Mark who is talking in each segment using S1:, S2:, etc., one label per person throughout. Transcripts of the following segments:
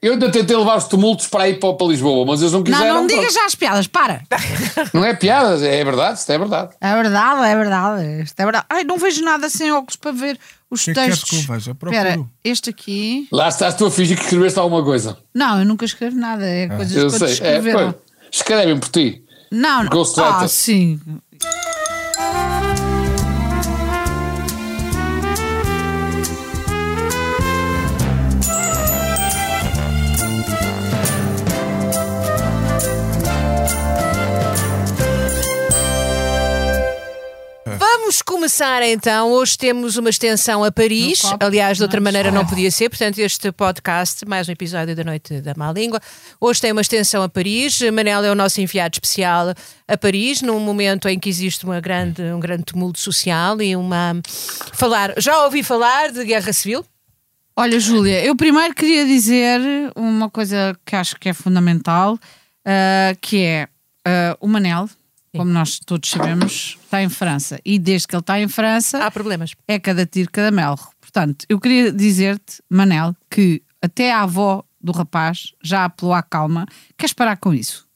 S1: Eu ainda tentei levar os tumultos para ir para, para Lisboa, mas eles não
S2: Não,
S1: quiseram.
S2: não me digas
S1: pronto.
S2: já as piadas, para.
S1: Não é piadas, é verdade, isto é verdade.
S2: É verdade, é verdade. Isto é verdade. Ai, não vejo nada sem óculos para ver os
S3: que é que queres
S2: textos.
S3: que eu veja? Procuro.
S2: Espera, este aqui.
S1: Lá estás tu a fingir que escreveste alguma coisa.
S2: Não, eu nunca escrevo nada. É
S3: Ah.
S2: coisas
S1: Eu
S2: que outros
S1: sei. É,
S2: escreveram.
S1: pois, escrevem por ti.
S2: não, não.
S1: Ghostwriter.
S2: Ah, sim.
S4: Vamos começar então. Hoje temos uma extensão a Paris.
S2: No copo.
S4: Aliás, de outra
S2: Não, Ah.
S4: maneira
S2: não.
S4: não podia ser. Portanto, este podcast, mais um episódio da Noite da Má Língua, hoje tem uma extensão a Paris. Manel é o nosso enviado especial a Paris, num momento em que existe uma grande, um grande tumulto social e uma. Falar. Já ouvi falar de guerra civil?
S2: Olha, Júlia, eu primeiro queria dizer uma coisa que acho que é fundamental, ah, que é ah, o Manel, como nós todos sabemos, está em França. E desde que ele está em França,
S4: Há problemas.
S2: é cada tiro, cada melro. Portanto, eu queria dizer-te, Manel, que até a avó do rapaz já apelou à calma. Queres parar com isso?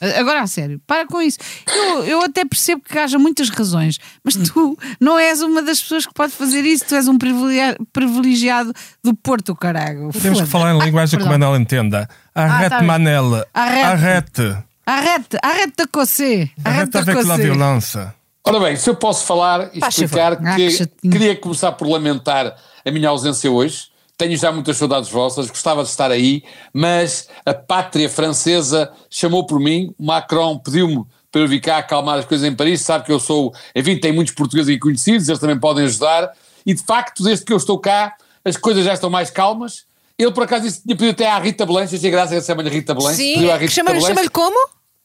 S2: A- Agora a sério, para com isso. Eu, eu até percebo que haja muitas razões,
S3: Hum.
S2: mas tu não és uma das pessoas que pode fazer isso. Tu és um privilegia- privilegiado do Porto, caralho.
S3: Temos que falar em linguagem é que o Manel entenda. Arrete,
S2: Ah, tá bem.
S3: Manel.
S2: Arrete.
S3: Arrete.
S2: Arrete, arrete da cocê.
S3: Arrete
S2: Arrete da
S3: avec la
S2: cocê.
S3: violência.
S1: Ora bem, se eu posso falar e
S4: Faz
S1: explicar
S2: favor. Ah, que
S1: que
S2: chatinho.
S1: queria começar por lamentar a minha ausência hoje. Tenho já muitas saudades vossas, gostava de estar aí, mas a pátria francesa chamou por mim, Macron pediu-me para eu vir cá acalmar as coisas em Paris, sabe que eu sou, enfim, tem muitos portugueses aqui conhecidos, eles também podem ajudar, e de facto, desde que eu estou cá, as coisas já estão mais calmas. Ele, por acaso, disse que tinha pedido até à Rita Blanche, achei graça que se chama-lhe Rita Blanche.
S4: Sim.
S1: pediu à Rita
S4: Chama-
S1: Blanche.
S4: Chama-lhe como?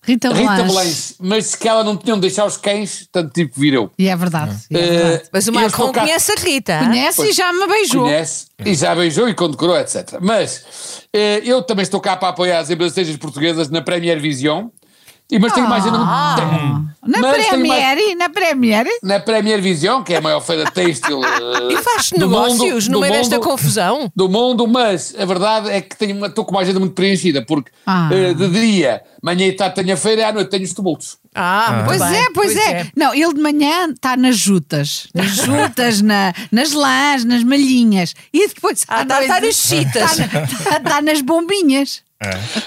S2: Rita
S1: Rita
S2: Blanche.
S1: Blanche, mas que ela não tinham de deixar os cães, tanto tive que vir eu.
S2: E é verdade. e é verdade.
S1: Eh,
S4: Mas o
S1: eu estou
S4: Macron
S1: cá-
S4: conhece a Rita.
S2: Conhece e
S1: pois.
S2: já me beijou.
S1: Conhece e já beijou e condecorou, etc. Mas eh, eu também estou cá para apoiar as empresas sejas portuguesas na Premier Vision. E, mas tenho mais ainda.
S2: Ah, na
S1: mas tenho mais-
S2: Premiere, na Premiere.
S1: na Premier Vision, que é a maior feira têxtil. eh,
S4: E faz
S1: do mundo-
S4: negócios no
S1: do
S4: meio desta
S1: mundo.
S4: confusão.
S1: do mundo, mas a verdade é que tenho uma, estou com uma agenda muito preenchida, porque
S2: Ah.
S1: eh, de dia, manhã e tarde tenho a feira e à noite tenho os tumultos.
S4: Ah, muito
S2: Pois
S4: bem.
S2: é, pois, é. Não, ele de manhã está nas jutas, nas jutas, na, nas lãs, nas malhinhas. E depois
S4: Ah,
S2: à
S4: tá-
S2: noite
S4: tá nas chitas.
S2: Está nas bombinhas.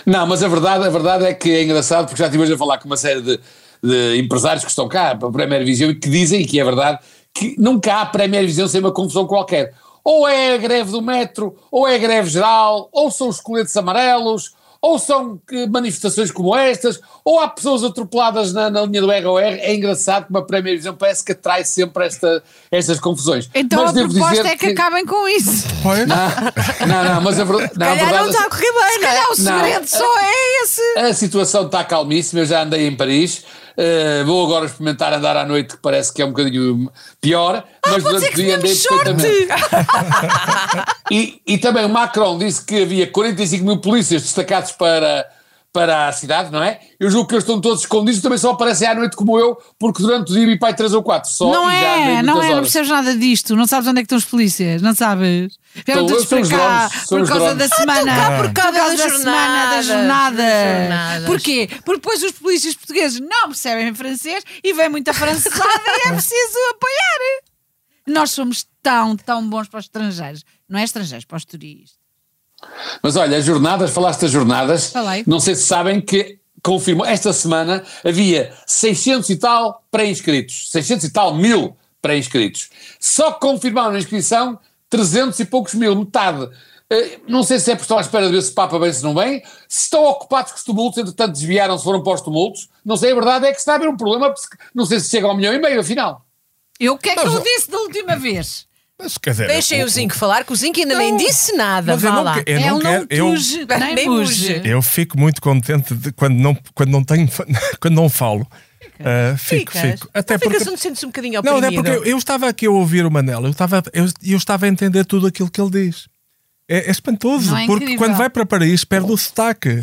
S1: Não, mas a verdade, a verdade é que é engraçado porque já estive hoje a falar com uma série de, de empresários que estão cá para a Primeira Visão e que dizem, e que é verdade, que nunca há Primeira Visão sem uma confusão qualquer. Ou é a greve do metro, ou é a greve geral, ou são os coletes amarelos, ou são eh, manifestações como estas, ou há pessoas atropeladas na, na linha do ROR. É engraçado que uma Primeira Visão parece que atrai sempre esta, estas confusões.
S2: Então
S1: Mas
S2: a
S1: devo
S2: proposta
S1: dizer
S2: é que, acabem com isso.
S3: Pois.
S1: Não, não, não, mas a, ver... não, a
S4: Calhar
S1: verdade. assim.
S4: não está a correr bem, não é?
S2: Calhar o segredo só é esse.
S1: A situação está calmíssima, eu já andei em Paris. eh, vou agora experimentar andar à noite, que parece que é um bocadinho pior, mas
S2: Ah, Pode ser
S1: durante o
S2: que
S1: dia andei
S2: tenhamos sorte.
S1: perfeitamente. E, e também o Macron disse que havia 45 mil polícias destacados para, para a cidade, não é? Eu julgo que eles estão todos escondidos, também só aparecem à noite como eu, porque durante o dia vi pai 3 ou 4 só
S2: Não
S1: e já andei
S2: é,
S1: muitas
S2: não é, não
S1: horas.
S2: percebes nada disto. Não sabes onde é que estão os polícias, não sabes. Vieram
S1: Então,
S2: todos
S1: eu sou
S2: para
S1: os
S2: cá
S1: drones, sou
S2: por
S1: os
S2: causa da
S1: drones.
S3: então
S2: semana.
S4: Ah, estão cá por causa da
S2: semana, da
S4: jornada,
S2: jornada.
S4: das jornadas.
S2: Porquê? Porque depois os polícias portugueses não percebem francês e vem muita francesada e é preciso apoiar. Nós somos tão, tão bons para os estrangeiros. Não é estrangeiros, para os turistas.
S1: Mas olha, as jornadas, falaste das jornadas.
S2: Falei.
S1: Não sei se sabem que confirmou, esta semana havia 600 e tal pré-inscritos, 600 e tal mil pré-inscritos. Só confirmaram a inscrição 300 e poucos mil, metade. Eh, Não sei se é porque estão à espera de ver se Papa bem se não bem, se estão ocupados com os tumultos, entretanto desviaram-se, foram para os tumultos. Não sei, a verdade é que está a haver um problema, porque não sei se chega ao milhão e meio, afinal.
S2: Eu o que é que
S3: Mas,
S2: eu
S3: ó-
S2: disse da última vez?
S3: Mas quer dizer.
S4: Deixem o Zinco falar, que o Zinco ainda nem disse nada.
S3: Mas eu
S4: Vá
S3: não
S4: lá.
S3: que- Eu
S2: é
S3: não
S2: um
S3: quero- eu-
S2: buge, nem,
S4: Nem
S2: buge.
S4: buge.
S3: Eu fico muito contente de quando não, quando não tenho quando não falo. Ah, fico,
S4: Ficas?
S3: fico. Até
S4: Não ficas
S3: porque
S4: onde sentes um bocadinho
S3: Não,
S4: oprimido.
S3: não é porque eu, eu estava aqui a ouvir o Manel, eu estava, eu, eu estava a entender tudo aquilo que ele diz. É, é espantoso,
S2: Não é
S3: porque
S2: incrível?
S4: É,
S3: quando vai para Paris perde o sotaque.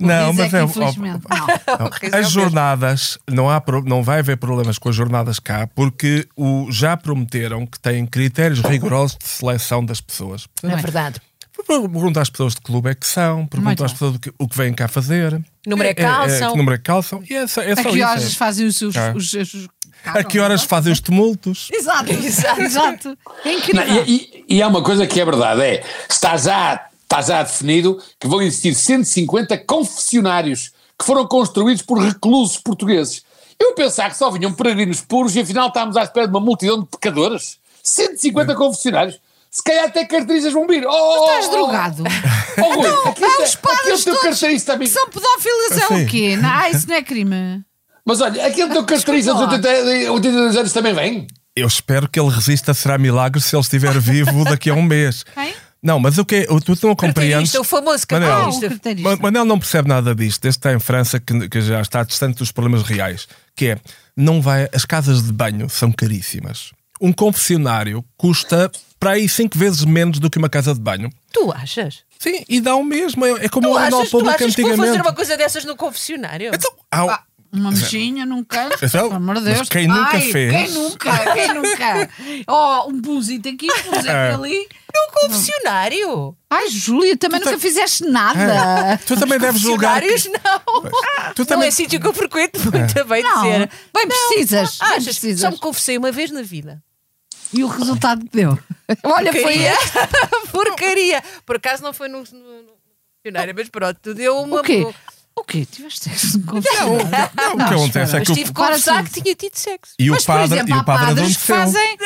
S3: Não,
S2: Diz é
S3: mas
S2: que,
S3: é-
S2: infelizmente. Não.
S3: Não,
S4: Riso é o
S3: As
S4: mesmo.
S3: jornadas, não, há, pro- não vai haver problemas com as jornadas cá, porque o, já prometeram que têm critérios rigorosos de seleção das pessoas.
S4: É verdade.
S3: Pergunta às pessoas de que clube é que são,
S2: Muito
S3: pergunta às
S2: bem.
S3: pessoas do que- o que vêm cá fazer.
S4: Número é
S3: que
S4: calçam.
S3: número é que calçam. E é só, é só
S2: A que
S3: isso.
S2: horas fazem os seus.
S3: Ah.
S2: Os, os-
S3: A que horas fazem os tumultos?
S2: Exato, exato, exato. É incrível.
S1: Não, e, e- e há uma coisa que é verdade: é, está já, está já definido que vão existir 150 confessionários que foram construídos por reclusos portugueses. Eu pensava que só vinham peregrinos puros e afinal estávamos à espera de uma multidão de pecadores. 150 confessionários. Se calhar até caracteristas vão vir. Oh, oh,
S2: Estás
S1: oh,
S2: drogado.
S1: Oh, Rui, aquele,
S2: há uns padres
S1: aquele teu
S2: todos
S1: caracterista, amigo.
S2: São pedófilos é
S3: Sim.
S2: o quê? Não, ah, isso não é crime.
S1: Mas olha, aquele teu caracterista dos
S2: Desculpa lá.
S1: 80 82 anos também vem.
S3: Eu espero que ele resista, será milagre se ele estiver vivo daqui a um mês.
S2: Quem?
S3: Não, mas o que é- tu não compreendes.
S4: Carteirista, o famoso
S3: Manel,
S2: Ah,
S4: carteirista.
S2: o carteirista.
S3: Ma- Manel não percebe nada disto, desde que está em França, que, que já está distante dos problemas reais, que é, não vai, as casas de banho são caríssimas. Um confessionário custa para aí cinco vezes menos do que uma casa de banho.
S4: Tu achas?
S3: Sim, e dá o mesmo, é é como
S4: Tu
S3: o anal
S4: achas, tu
S3: público
S4: achas que vou fazer
S3: antigamente.
S4: uma coisa dessas no confessionário?
S3: Então, há-
S2: Ah, uma mexinha num canto,
S3: Então,
S2: pelo amor de
S3: mas
S2: Deus.
S3: quem nunca
S2: Ai,
S3: fez?
S2: Quem nunca, quem nunca. Oh, um buzito aqui, um buzito
S3: É.
S2: ali.
S4: No confessionário?
S2: Ai, Júlia, também nunca fizeste nada.
S3: tu também deves julgar. que-
S4: Confessionários, não.
S3: Tu
S4: não
S3: também-
S4: é sítio que eu frequento muito, bem
S2: Não,
S4: dizer.
S2: bem precisas, bem
S4: Achas?
S2: precisas.
S4: Só me confessei uma vez na vida.
S2: E o resultado que deu? Olha, foi
S4: Porcaria.
S2: este.
S4: Porcaria. Por acaso não foi no, no, no confessionário, mas pronto, deu uma.
S2: O quê? O quê? Tiveste sexo no confessionário?
S3: não, o que acontece
S2: espera.
S3: é
S4: Mas
S3: que o-
S4: tive que
S2: Para
S4: confessar
S2: tudo.
S4: que tinha tido sexo.
S3: E o
S2: Mas,
S3: padre,
S2: por exemplo,
S3: e
S2: há
S3: o padre
S2: padres
S3: adormeceu.
S2: que fazem.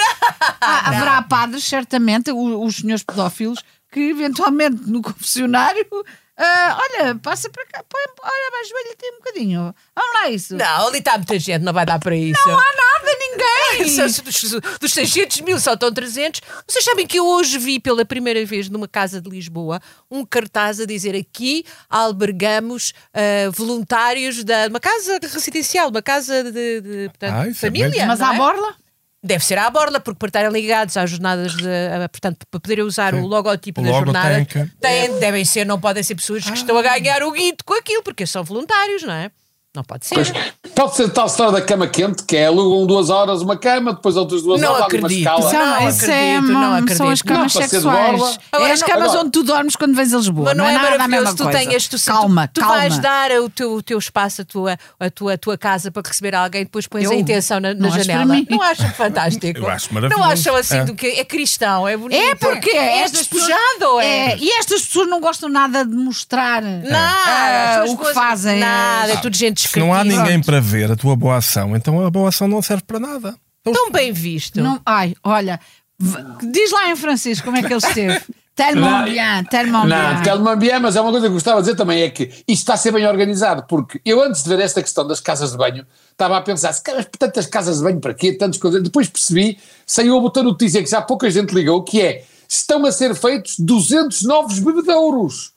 S2: Há- haverá padres, certamente, o- os senhores pedófilos, que eventualmente no confessionário. ah, olha, passa para cá, põe, olha, mais velho tem um bocadinho. Vamos lá, isso. Não,
S4: Não, ali está muita gente, não vai dar para isso.
S2: há nada, ninguém.
S4: Só se Dos, dos 600 mil só estão 300. Vocês sabem que eu hoje vi pela primeira vez numa casa de Lisboa um cartaz a dizer aqui albergamos ah, voluntários da uma casa residencial, uma casa de, de, portanto,
S3: Ah, isso é
S4: família.
S3: bem-
S2: Mas
S4: não
S2: à
S4: é?
S2: borla?
S4: Deve ser à borla, porque para estarem ligados às jornadas, de, a- portanto, para poderem usar o logotipo
S3: O
S4: da jornada,
S3: logotem que-
S4: têm- devem ser, não podem ser pessoas que estão a ganhar o guito com aquilo, porque são voluntários, não é? Não pode ser.
S1: Pois, pode ser tal história da cama quente, que é alugam duas horas uma cama, depois outras duas
S4: Não
S1: horas
S4: acredito.
S1: uma
S4: Isso
S1: escala.
S4: é Não
S2: isso é,
S4: acredito, não
S2: hum,
S4: acredito.
S2: São as camas
S1: Não, para ser de
S2: sexuais.
S1: borla.
S2: é
S4: Agora
S2: as
S4: não-
S2: camas
S1: agora-
S2: onde tu dormes quando vens a Lisboa.
S4: Mas não, é,
S2: nada a mesma
S4: maravilhoso, tu
S2: coisa.
S4: tenhas, tu,
S2: calma,
S4: tu, tu
S2: calma.
S4: vais dar o teu, o teu espaço, a tua, a, tua, a tua casa para receber alguém, depois pões
S2: Eu?
S4: a intenção na, na
S2: Não acho para
S4: janela.
S2: mim.
S4: Não acham fantástico?
S3: Eu acho
S4: não
S3: maravilhoso.
S4: acham assim
S3: É.
S4: do que é cristão, é bonito.
S2: É porque
S4: é,
S2: estas
S4: despojado,
S2: pessoas-
S4: é.
S2: E estas pessoas não gostam nada de mostrar ah,
S4: Nada, as
S2: o
S4: suas
S2: que
S4: coisas-
S2: fazem.
S4: Nada, é tudo gente
S3: Se não há
S4: escrotista.
S3: ninguém para ver a tua boa ação, então a boa ação não serve para nada. Então,
S4: Tão bem visto.
S2: Não, ai, olha, v- diz lá em francês como é que ele esteve. Tellement
S1: Não,
S2: bien, tellement
S1: Não,
S2: bien.
S1: Telma Bian, mas é uma coisa que eu gostava de dizer também, é que isto está a ser bem organizado, porque eu antes de ver esta questão das casas de banho, estava a pensar, se calhar, tantas casas de banho para quê, tantas coisas, depois percebi, saiu a botar notícia que já pouca gente ligou, que é, estão a ser feitos 200 novos bebedouros,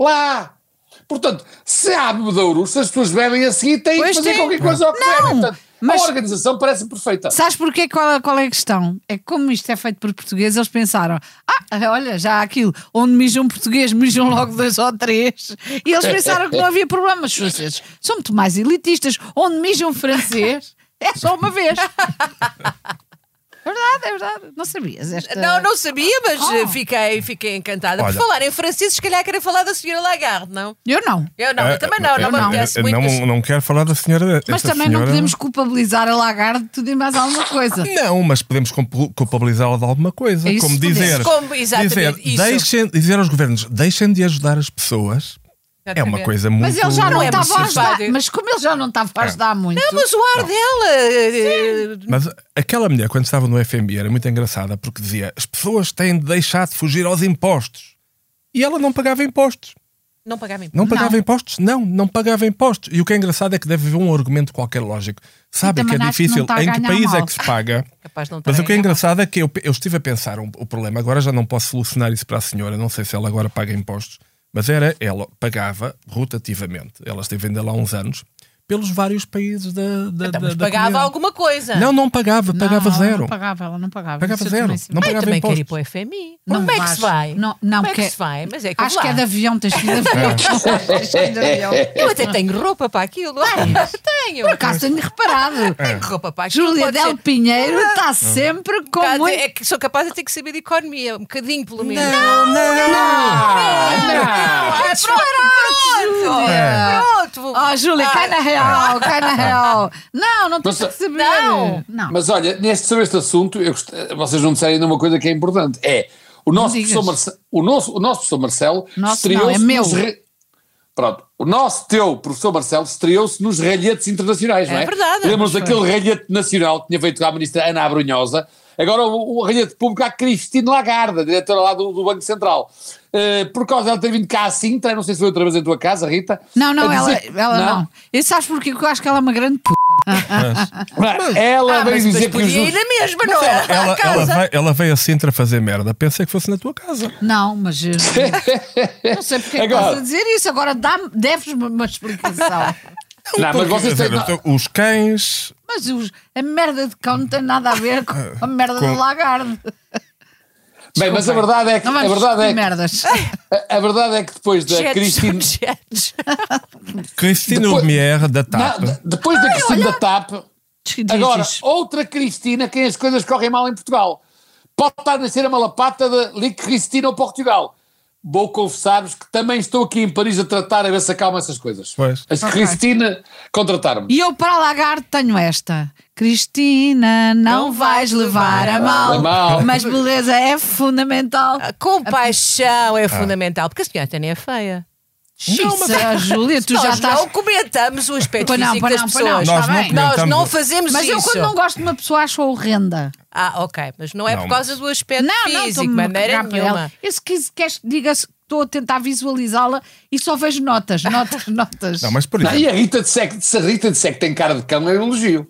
S1: lá… Portanto, se há bebedouros, se as pessoas bebem a seguir, têm
S2: Pois
S1: que fazer
S2: tem.
S1: qualquer coisa ao que
S2: Não,
S1: bebem. Portanto,
S2: mas-
S1: A organização parece perfeita.
S2: Sabes porquê? Qual, é- qual é a questão? É que como isto é feito por português, eles pensaram: ah, olha, já há aquilo, onde mijam um português, mijam logo dois ou três. E eles pensaram que não havia problema. Os franceses são muito mais elitistas, onde mijam um francês, é só uma vez. É verdade, é verdade. Não sabias esta.
S4: Não, não sabia, mas
S2: Ah.
S4: eh, fiquei, fiquei encantada.
S3: Olha.
S4: Por falar em francês, se calhar querem falar da senhora Lagarde, não?
S2: Eu não.
S4: Eu não, eu também não,
S3: eh,
S4: não me
S3: eh,
S4: apetece
S3: eh,
S4: muito. mas-
S3: Não, não quero falar da senhora.
S2: Mas
S3: essa
S2: também não
S3: senhora-
S2: podemos culpabilizar a Lagarde de tudo e mais alguma coisa.
S3: Não, mas podemos compu- culpabilizá-la de alguma coisa.
S2: É isso
S3: como
S2: que podemos.
S3: dizer,
S4: Como- exatamente,
S3: dizer,
S4: isso.
S3: deixem- dizer aos governos, deixem de ajudar as pessoas. É uma
S4: Exatamente.
S3: coisa muito.
S2: Mas ele já não
S4: é muito
S2: estava a ajudar.
S4: simpático.
S2: Mas como ele já não estava a ajudar muito.
S4: Não, mas o ar dela. eh,
S3: Mas aquela mulher, quando estava no FMI, era muito engraçada porque dizia: as pessoas têm de deixar de fugir aos impostos. E ela não pagava impostos.
S4: Não pagava impostos.
S3: Não pagava impostos? Não, não pagava impostos. E o que é engraçado é que deve haver um argumento qualquer lógico. Sabem que
S2: também
S3: é
S2: acho que não
S3: difícil.
S2: está a
S3: em que
S2: ganhar
S3: país
S2: mal.
S3: é que se paga?
S4: Capaz de não estar
S3: Mas o
S4: a
S3: que é
S4: ganhar
S3: engraçado é que eu, eu estive a pensar um- o problema, agora já não posso solucionar isso para a senhora, não sei se ela agora paga impostos, mas era, ela pagava rotativamente, ela esteve ainda lá uns anos, pelos vários países da, da,
S4: Então,
S3: da,
S4: mas
S3: da
S4: pagava
S3: comunidade.
S4: alguma coisa.
S3: Não, não pagava, pagava
S2: não,
S3: zero.
S2: Não pagava, ela não pagava.
S3: Pagava
S2: Isso eu
S3: zero.
S2: também sei.
S3: Não
S4: Ah, eu
S3: pagava
S4: também quero ir
S3: impostos.
S4: para o FMI.
S2: Não
S4: Como é que
S2: vais.
S4: se vai?
S2: Não- não,
S4: Como é que
S2: porque-
S4: se vai? Mas é que
S2: Acho
S4: vamos
S2: que é de
S4: lá.
S2: avião, tens que ir de avião. Tens que ir de avião.
S4: Eu até tenho roupa para aquilo. tenho.
S2: Por acaso tenho reparado.
S3: É.
S4: Tenho roupa para aquilo.
S2: Júlia
S4: pode
S2: Del
S4: ser.
S2: Pinheiro está sempre com
S4: Cada-
S2: muito.
S4: É que sou capaz de ter que saber de economia, um bocadinho pelo menos.
S3: Não,
S1: Ah,
S4: Ah, pronto, pronto,
S3: É.
S4: pronto. vou-
S2: é Oh, Júlia,
S4: Ah,
S2: cai na real, cai na real. Não, não tens
S1: Mas-
S2: que saber.
S4: Não.
S2: não.
S1: Mas olha, neste, sobre este assunto, eu gost- eh, vocês não disserem ainda uma coisa que é importante. É, o nosso
S2: digas.
S1: professor Marcelo, o nosso, o nosso professor Marcelo
S2: Nosso
S1: estreou-se
S2: não, é meu.
S1: nos re- Pronto, o nosso teu professor Marcelo estreou-se nos ralhetes internacionais, não é?
S4: verdade.
S1: Lembram-nos
S4: Pois
S1: daquele ralhete nacional que tinha feito a ministra Ana Abrunhosa, agora o, o ralhete público à Cristina Lagarde, a diretora lá do, do Banco Central. Eh, por causa dela ter vindo cá à Sintra, não sei se foi outra vez em tua casa, Rita.
S2: Não, não,
S1: a
S2: ela,
S1: dizer-
S2: ela não. E sabes porquê? Porque eu acho que ela é uma grande p.
S1: Mas é? Ela
S4: Ah,
S1: veio
S4: mas
S1: dizer
S4: depois
S1: que os
S4: podia ir na mesma, não é?
S3: Ela,
S4: À casa.
S3: ela, veio, ela veio a Sintra fazer merda. Pensei que fosse na tua casa.
S2: Não, mas. eh, Não sei porque é que
S1: Agora-
S2: estás a dizer isso. Agora dá-me- deves-me uma explicação.
S1: Não, Ah, mas vocês
S3: Quer
S1: têm-
S3: dizer, Os cães.
S2: Mas os- a merda de cão não tem nada a ver com a merda
S3: Com-
S2: do lagardo.
S1: Bem, mas a verdade é que,
S2: Não
S1: a
S2: vamos
S1: verdade é que
S2: discutir merdas.
S1: A, a verdade é que depois da Cristina.
S4: Jets, jets.
S3: Cristina
S1: Depois-
S3: Lumière da
S2: Tá.
S3: TAP.
S1: Não, de- depois da Cristina da TAP,
S2: Diz,
S1: agora,
S2: diz.
S1: outra Cristina quem as coisas correm mal em Portugal. Pode estar a nascer a malapata de Lick Cristina ou Portugal. Vou confessar-vos que também estou aqui em Paris a tratar a ver se acalma essas coisas.
S3: Pois.
S1: As
S2: Ok.
S1: Cristina contrataram-me.
S2: E eu para lagarto tenho esta. Cristina, não,
S4: Não
S2: vais levar a mal,
S1: A mal.
S2: mas beleza é fundamental.
S4: A compaixão
S3: Ah.
S4: é fundamental, porque a senhora até nem é feia.
S2: Isso, a Júlia, tu
S4: Nós
S2: já
S4: não
S2: estás...
S4: comentamos o aspecto
S2: Pois não,
S4: físico
S2: pois
S4: das
S2: não, pois não,
S4: pessoas.
S2: está
S3: Nós não
S2: bem.
S3: comentamos.
S4: Nós não fazemos
S2: Mas
S4: isso.
S2: eu quando não gosto de uma pessoa acho horrenda.
S4: Ah, ok, mas não é
S3: Não,
S4: por causa do aspecto
S2: Não, não,
S4: físico,
S2: estou-me
S4: de
S2: a
S4: maneira
S2: cagar para ela.
S4: nenhuma.
S2: Eu se quis- queres que diga-se que estou a tentar visualizá-la e só vejo notas, notas, notas.
S3: Não, mas por
S1: Não, e
S3: exemplo.
S1: a Rita de Sec, se a Rita de Sec tem cara de cão, eu elogio.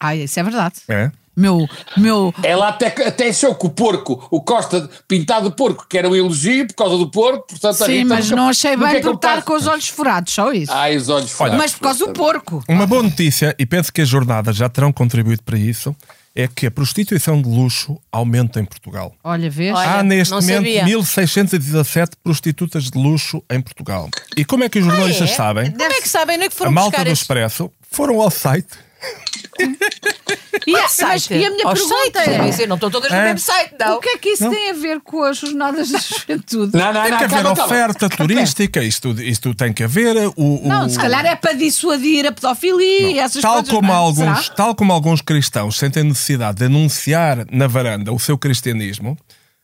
S2: Ai, isso é verdade.
S3: É?
S2: Meu, meu,
S1: Ela até, até achou que o porco, o Costa pintado de porco, que era um elogio por causa do porco, portanto a
S2: Sim,
S1: Rita
S2: mas
S1: nunca-
S2: não achei
S1: nunca
S2: bem
S1: é
S2: por estar
S1: capaz-
S2: com os olhos furados, só isso.
S1: Ai, os olhos
S3: Ah,
S1: furados.
S2: Mas por causa do porco.
S3: Uma boa notícia, e penso que as jornadas já terão contribuído para isso, é que a prostituição de luxo aumenta em Portugal.
S2: Olha, vês?
S4: Olha,
S3: Há neste
S4: não
S3: momento
S4: sabia.
S3: 1617 prostitutas de luxo em Portugal. E como é que os jornalistas
S4: É?
S3: sabem?
S4: Como é que sabem onde é que
S3: A
S4: foram
S3: malta
S4: buscar
S3: do
S4: estes
S3: Expresso foram ao site.
S2: E, a,
S4: sites?
S2: mas- e a minha
S4: Aos
S2: pergunta
S4: sites, não é
S2: é,
S4: isso? não estão todas no
S3: É.
S4: mesmo site, não.
S2: o que é que isso
S3: Não.
S2: tem a ver com as jornadas da juventude?
S1: Não, não,
S3: Tem
S1: não,
S3: que haver
S1: calma, calma.
S3: oferta turística, isto, isto tem que haver. O, o-
S2: Não, se calhar é para dissuadir a pedofilia e essas
S3: Tal
S2: coisas.
S3: como,
S2: não é?
S3: alguns,
S2: Será?
S3: tal como alguns cristãos sentem necessidade de anunciar na varanda o seu cristianismo,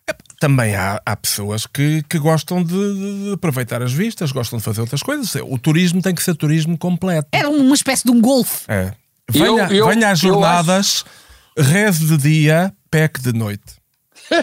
S3: ep, também há, há pessoas que, que gostam de, de- de aproveitar as vistas, gostam de fazer outras coisas. É, O turismo tem que ser turismo completo.
S2: Era uma espécie de um golfe.
S3: É.
S1: Eu-
S3: Venha,
S1: eu-
S3: venha às
S1: eu
S3: jornadas, reze de dia, peque de noite.
S1: A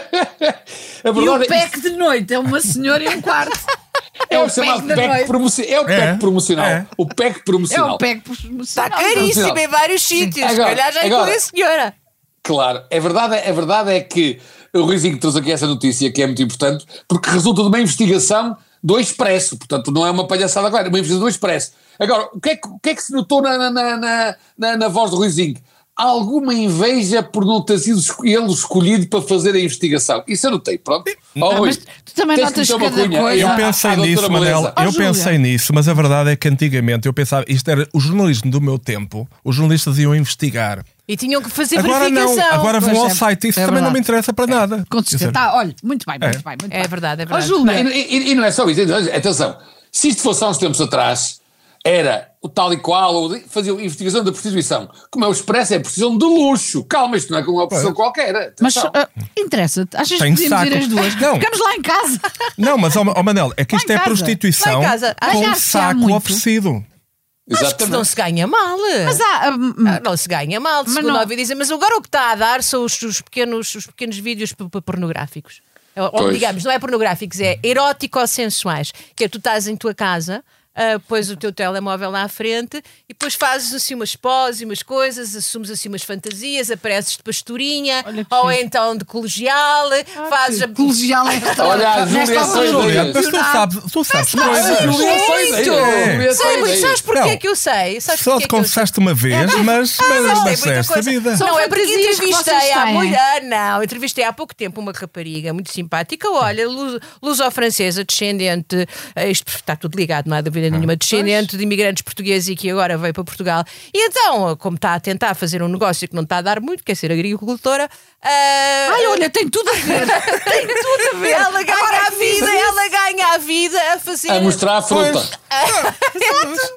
S2: E
S1: verdade
S2: o PEC de noite é uma senhora e um quarto.
S1: é, é
S2: o
S1: o chamado
S2: pack da
S1: PEC
S2: noite.
S1: promocional. É o
S3: É,
S1: PEC promocional.
S3: é.
S1: O PEC
S2: É
S1: promocional.
S2: o PEC.
S4: Está Tá caríssimo em vários sítios. Se
S1: Agora,
S4: calhar já
S1: agora.
S4: inclui a senhora.
S1: Claro. A verdade, é- a verdade é que o Rizinho trouxe aqui essa notícia que é muito importante, porque resulta de uma investigação do Expresso. Portanto, não é uma palhaçada agora, é uma investigação do Expresso. Agora, o que é que, o que, é que se notou na, na- na, na, na, na voz do Ruizinho? Alguma inveja por não ter sido esco- ele escolhido para fazer a investigação. Isso eu notei, pronto. Ó, Rui,
S2: mas tu também
S1: tens que
S2: notas
S1: meter uma
S2: cada
S1: cunha.
S2: coisa.
S3: Eu
S2: Ah,
S3: pensei
S1: à é. doutora
S3: nisso,
S1: Beleza.
S3: Manela.
S2: Oh,
S3: eu
S2: Júlia.
S3: pensei nisso, mas a verdade é que antigamente eu pensava, isto era o jornalismo do meu tempo, os jornalistas iam investigar.
S4: E tinham que fazer
S3: Agora não,
S4: verificação.
S3: agora vão
S2: Pois
S3: ao
S2: é,
S3: site, isso
S2: é
S3: também não
S2: verdade.
S3: me interessa para nada.
S2: Com
S3: Quer
S2: certeza.
S3: dizer,
S2: Tá, olha, muito bem, muito
S3: É.
S2: bem. Muito
S4: É
S2: bem.
S4: verdade, é
S2: Ó,
S4: verdade.
S1: Não,
S2: Júlia,
S1: e, e- e não é só isso, atenção. Se isto fosse há uns tempos atrás, era o tal e qual, ou de- faziam investigação da prostituição. Como é o expresso, é prostituição de luxo. Calma, isto não é como uma opção qualquer.
S2: mas
S1: atenção.
S2: ah, interessa-te. Achas que
S3: Tenho
S2: podíamos ir
S3: saco.
S2: as duas?
S3: Não.
S2: Ficamos lá em casa.
S3: Não, mas, ó ó, Manel, é que
S2: Lá
S3: isto
S2: em
S3: é
S2: casa.
S3: prostituição
S4: Lá em casa. Ah,
S3: com
S2: já
S3: um
S2: se há
S3: saco
S2: muito.
S3: oferecido.
S4: Acho que não se ganha mal.
S2: Mas há. ah, hum,
S4: Ah, Não se ganha mal, segundo
S2: não-
S4: ouvi dizer, mas agora o que está a dar são os, os pequenos, os pequenos vídeos p- p- pornográficos. Ou,
S1: Pois.
S4: digamos, não é pornográficos, é erótico-sensuais. Que é tu estás é em tua casa ah, pões o teu telemóvel lá à frente e depois fazes assim umas poses e umas coisas, assumes assim umas fantasias, apareces de pastorinha
S2: Olha que giro.
S4: ou
S2: Ah,
S4: então de colegial, fazes a...
S2: Colegial é
S1: Olha, as
S2: Nesta
S1: humilhações
S2: altura.
S1: daí.
S3: Juliana, mas tu sabes, tu sabes
S1: As
S3: coisas.
S1: humilhações daí.
S4: Muito!
S1: Humilhações
S4: Sei, mas
S1: daí.
S4: sabes porquê é
S3: Não.
S4: que eu sei? Sabes
S3: Só
S4: porquê é
S3: te
S4: que eu sei?
S3: confessaste uma vez,
S2: Ah,
S3: mas, mas, mas
S4: muita
S3: esta vida.
S2: Só
S4: Não,
S2: foi
S4: é porque
S2: fantasias que
S4: entrevistei
S2: vocês
S4: há
S2: têm.
S4: muito- ah, não, entrevistei há pouco tempo uma rapariga muito simpática, olha, lu- luso-francesa, descendente, eh, isto está tudo ligado, não há dúvida nenhuma, descendente de imigrantes portugueses e que agora veio para Portugal. E então, como está a tentar fazer um negócio que não está a dar muito, quer ser agricultora, ah,
S2: Ai, olha, tem tudo a ver.
S4: tem tudo a ver. Ela ganha a vida, ela ganha a vida a fazer
S1: A mostrar a fruta.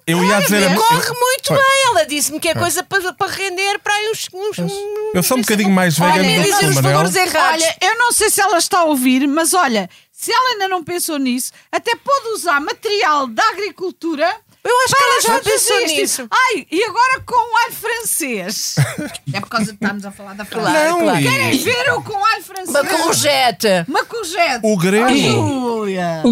S3: Eu ia dizer. a-
S4: Corre
S3: eu-
S4: muito
S3: Pois.
S4: bem, ela disse-me que é coisa para, para render para aí uns. uns,
S3: Eu sou um bocadinho mais vegan
S4: Olha,
S3: do
S4: dizem
S3: que
S4: os
S3: o Manuel.
S4: valores errados.
S2: Olha, eu não sei se ela está a ouvir, mas olha, se ela ainda não pensou nisso, até pode usar material da agricultura.
S4: Eu acho que
S2: para
S4: ela já
S2: fazer
S4: pensou
S2: isto.
S4: nisso.
S2: Ai, e agora com o alho francês. é por causa de estarmos a falar da frase.
S4: Claro,
S3: Não,
S4: claro.
S3: e-
S2: Querem ver o com alho francês?
S4: Uma corjeta.
S2: Macujete.
S3: O grego.
S2: Aleluia.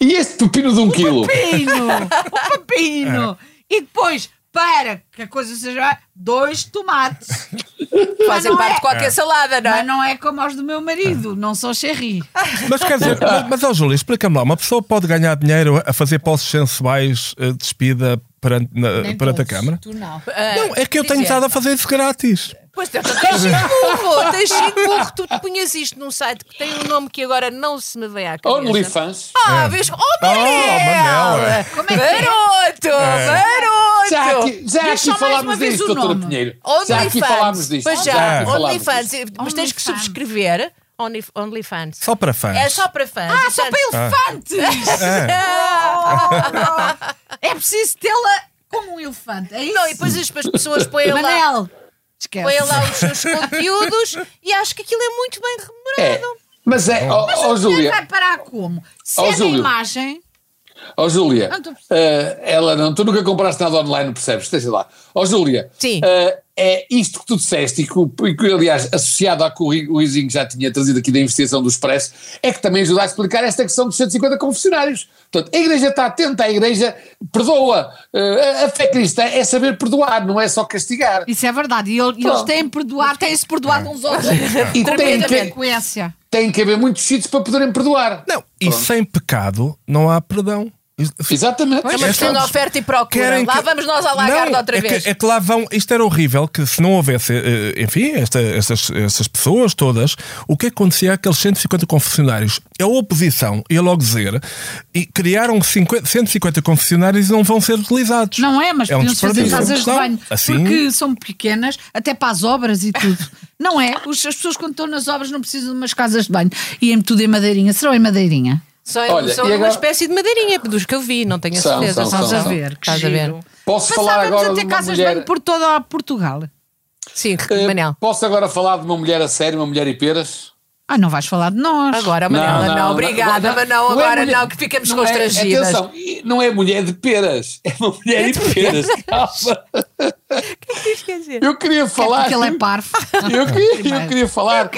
S1: E este pepino de um quilo?
S2: Pepino. O pepino. E depois, para que a coisa seja dois tomates. Mas
S4: Fazem
S2: não
S4: parte
S2: é-
S4: de qualquer salada, não
S2: Mas
S4: é?
S2: não é como os do meu
S3: Ah.
S2: marido, não são cherry.
S3: Mas quer dizer, mas, mas ó, Júlio, explica-me lá: uma pessoa pode ganhar dinheiro a fazer posses sensuais eh, despida perante, na- perante a Câmara?
S2: Tu não.
S3: Não, é que eu tenho
S4: dizer,
S3: estado a fazer isso grátis.
S4: Pois tu tens sido burro, tens sido burro. Tu te punhas isto num site que tem um nome que agora não se me vem à cabeça.
S1: OnlyFans.
S4: Ah, vês? Oh,
S3: Manel, é.
S4: Manel!
S2: Como é que é?
S4: Garoto!
S1: É. Já
S4: Garoto!
S1: aqui, já
S2: Diz só
S1: aqui
S2: mais uma
S1: falámos
S2: vez
S1: disto,
S2: o
S1: doutora
S2: nome.
S1: Pinheiro. Já
S4: OnlyFans.
S1: aqui falámos disto.
S4: Pois já,
S1: aqui falámos
S4: OnlyFans.
S1: disto.
S4: Mas tens que
S2: OnlyFans.
S4: subscrever Only- OnlyFans.
S3: Só para fãs.
S4: É só para fãs.
S2: Ah, só
S4: Portanto, Ah,
S2: para elefantes!
S3: É.
S2: Oh, é preciso tê-la como um elefante, é isso?
S4: Não, e depois as as pessoas põem lá,
S2: Manel, esquece.
S4: põem lá os seus conteúdos e acho que aquilo é muito bem remunerado.
S1: É. Mas é, ó ó,
S2: Mas
S1: Júlia,
S2: vai parar como? Se
S1: Ó,
S2: é da
S1: Júlia.
S2: imagem,
S1: ó Júlia,
S2: Não, tu-
S1: eh, ela não, tu nunca compraste nada online, percebes? Deixa lá. Ó Júlia,
S4: Sim.
S1: eh, é isto que tu disseste e que, o- e que, aliás, associado à que o Ri- o Rizinho já tinha trazido aqui da investigação do Expresso, é que também ajuda a explicar esta questão dos 150 confessionários. Portanto, a Igreja está atenta, a Igreja perdoa. Eh, a, a fé cristã é saber perdoar, não é só castigar.
S2: isso é verdade. E eu- e eles
S1: Pronto.
S2: têm perdoado, têm-se perdoado uns aos outros.
S1: É. E tem que, é.
S2: frequência.
S1: tem que haver muitos sítios para poderem perdoar.
S3: Não, e sem pecado não há perdão. Isto-
S1: Exatamente.
S4: Pois,
S3: É,
S4: mas
S3: mas
S4: questão de
S3: sabes,
S4: oferta e procura.
S3: Querem
S4: Lá
S3: que-
S4: vamos nós à lagarda
S3: Não,
S4: outra
S3: é
S4: vez.
S3: Que, é que lá vão. Isto era horrível que se não houvesse, eh, enfim, esta- estas, estas pessoas todas, o que acontecia àqueles 150 confessionários? A oposição ia logo dizer e criaram 50 150 confessionários e não vão ser utilizados.
S2: Não é, mas
S3: é um
S2: podiam-se fazer
S3: desperdício.
S2: casas de
S3: Não,
S2: banho.
S3: Assim,
S2: Porque são pequenas, até para as obras e tudo. Não é? Os- As pessoas quando estão nas obras não precisam de umas casas de banho. E é tudo em madeirinha. Serão em madeirinha?
S4: São,
S1: Olha,
S4: são
S1: e
S4: uma
S1: agora-
S4: espécie de madeirinha, dos que eu vi, não tenho a
S1: São,
S4: certeza.
S1: são,
S2: Estás a
S1: são.
S2: ver, que
S4: Estás a ver.
S2: giro.
S1: Posso falar
S2: Passávamos
S1: agora
S2: a
S1: de
S2: ter
S1: uma
S2: casas de
S1: mulher...
S2: banho por toda a Portugal.
S4: Sim,
S1: Eh,
S4: Manel.
S1: Posso agora falar de uma mulher a sério, uma mulher e peras?
S2: Ah, não vais falar de nós.
S4: Agora,
S1: Não,
S4: Manela, não,
S1: não, não,
S4: obrigada,
S1: não,
S4: mas não,
S1: não é
S4: agora
S1: mulher-
S4: não, que ficamos
S1: não É,
S4: constrangidas.
S1: atenção, e não é mulher de peras, é uma mulher e peras. Calma. Eu queria
S2: É
S1: falar.
S2: porque ele é parvo.
S1: Eu queria, eu
S2: Primeiro.
S1: queria falar. da-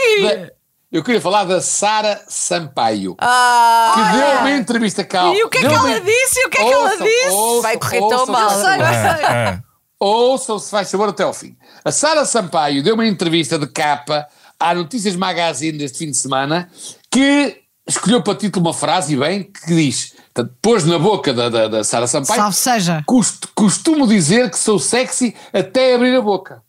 S1: eu queria falar da Sara Sampaio, que
S4: Ah,
S1: deu uma entrevista cá.
S2: E o que é que
S1: deu-me-
S2: ela disse? E o que é que ela
S1: Ouçam,
S2: disse?
S1: ouçam,
S4: Vai correr
S1: ouçam,
S4: tão mal.
S1: ouçam.
S2: Eu sei, eu sei.
S3: é.
S1: Ouçam, se faz sabor até ao fim. A Sara Sampaio deu uma entrevista de capa à Notícias Magazine deste fim de semana que escolheu para título uma frase, e bem, que diz, portanto, pôs na boca da, da, da Sara Sampaio,
S2: Salve seja.
S1: "Cost- costumo dizer que sou sexy até abrir a boca.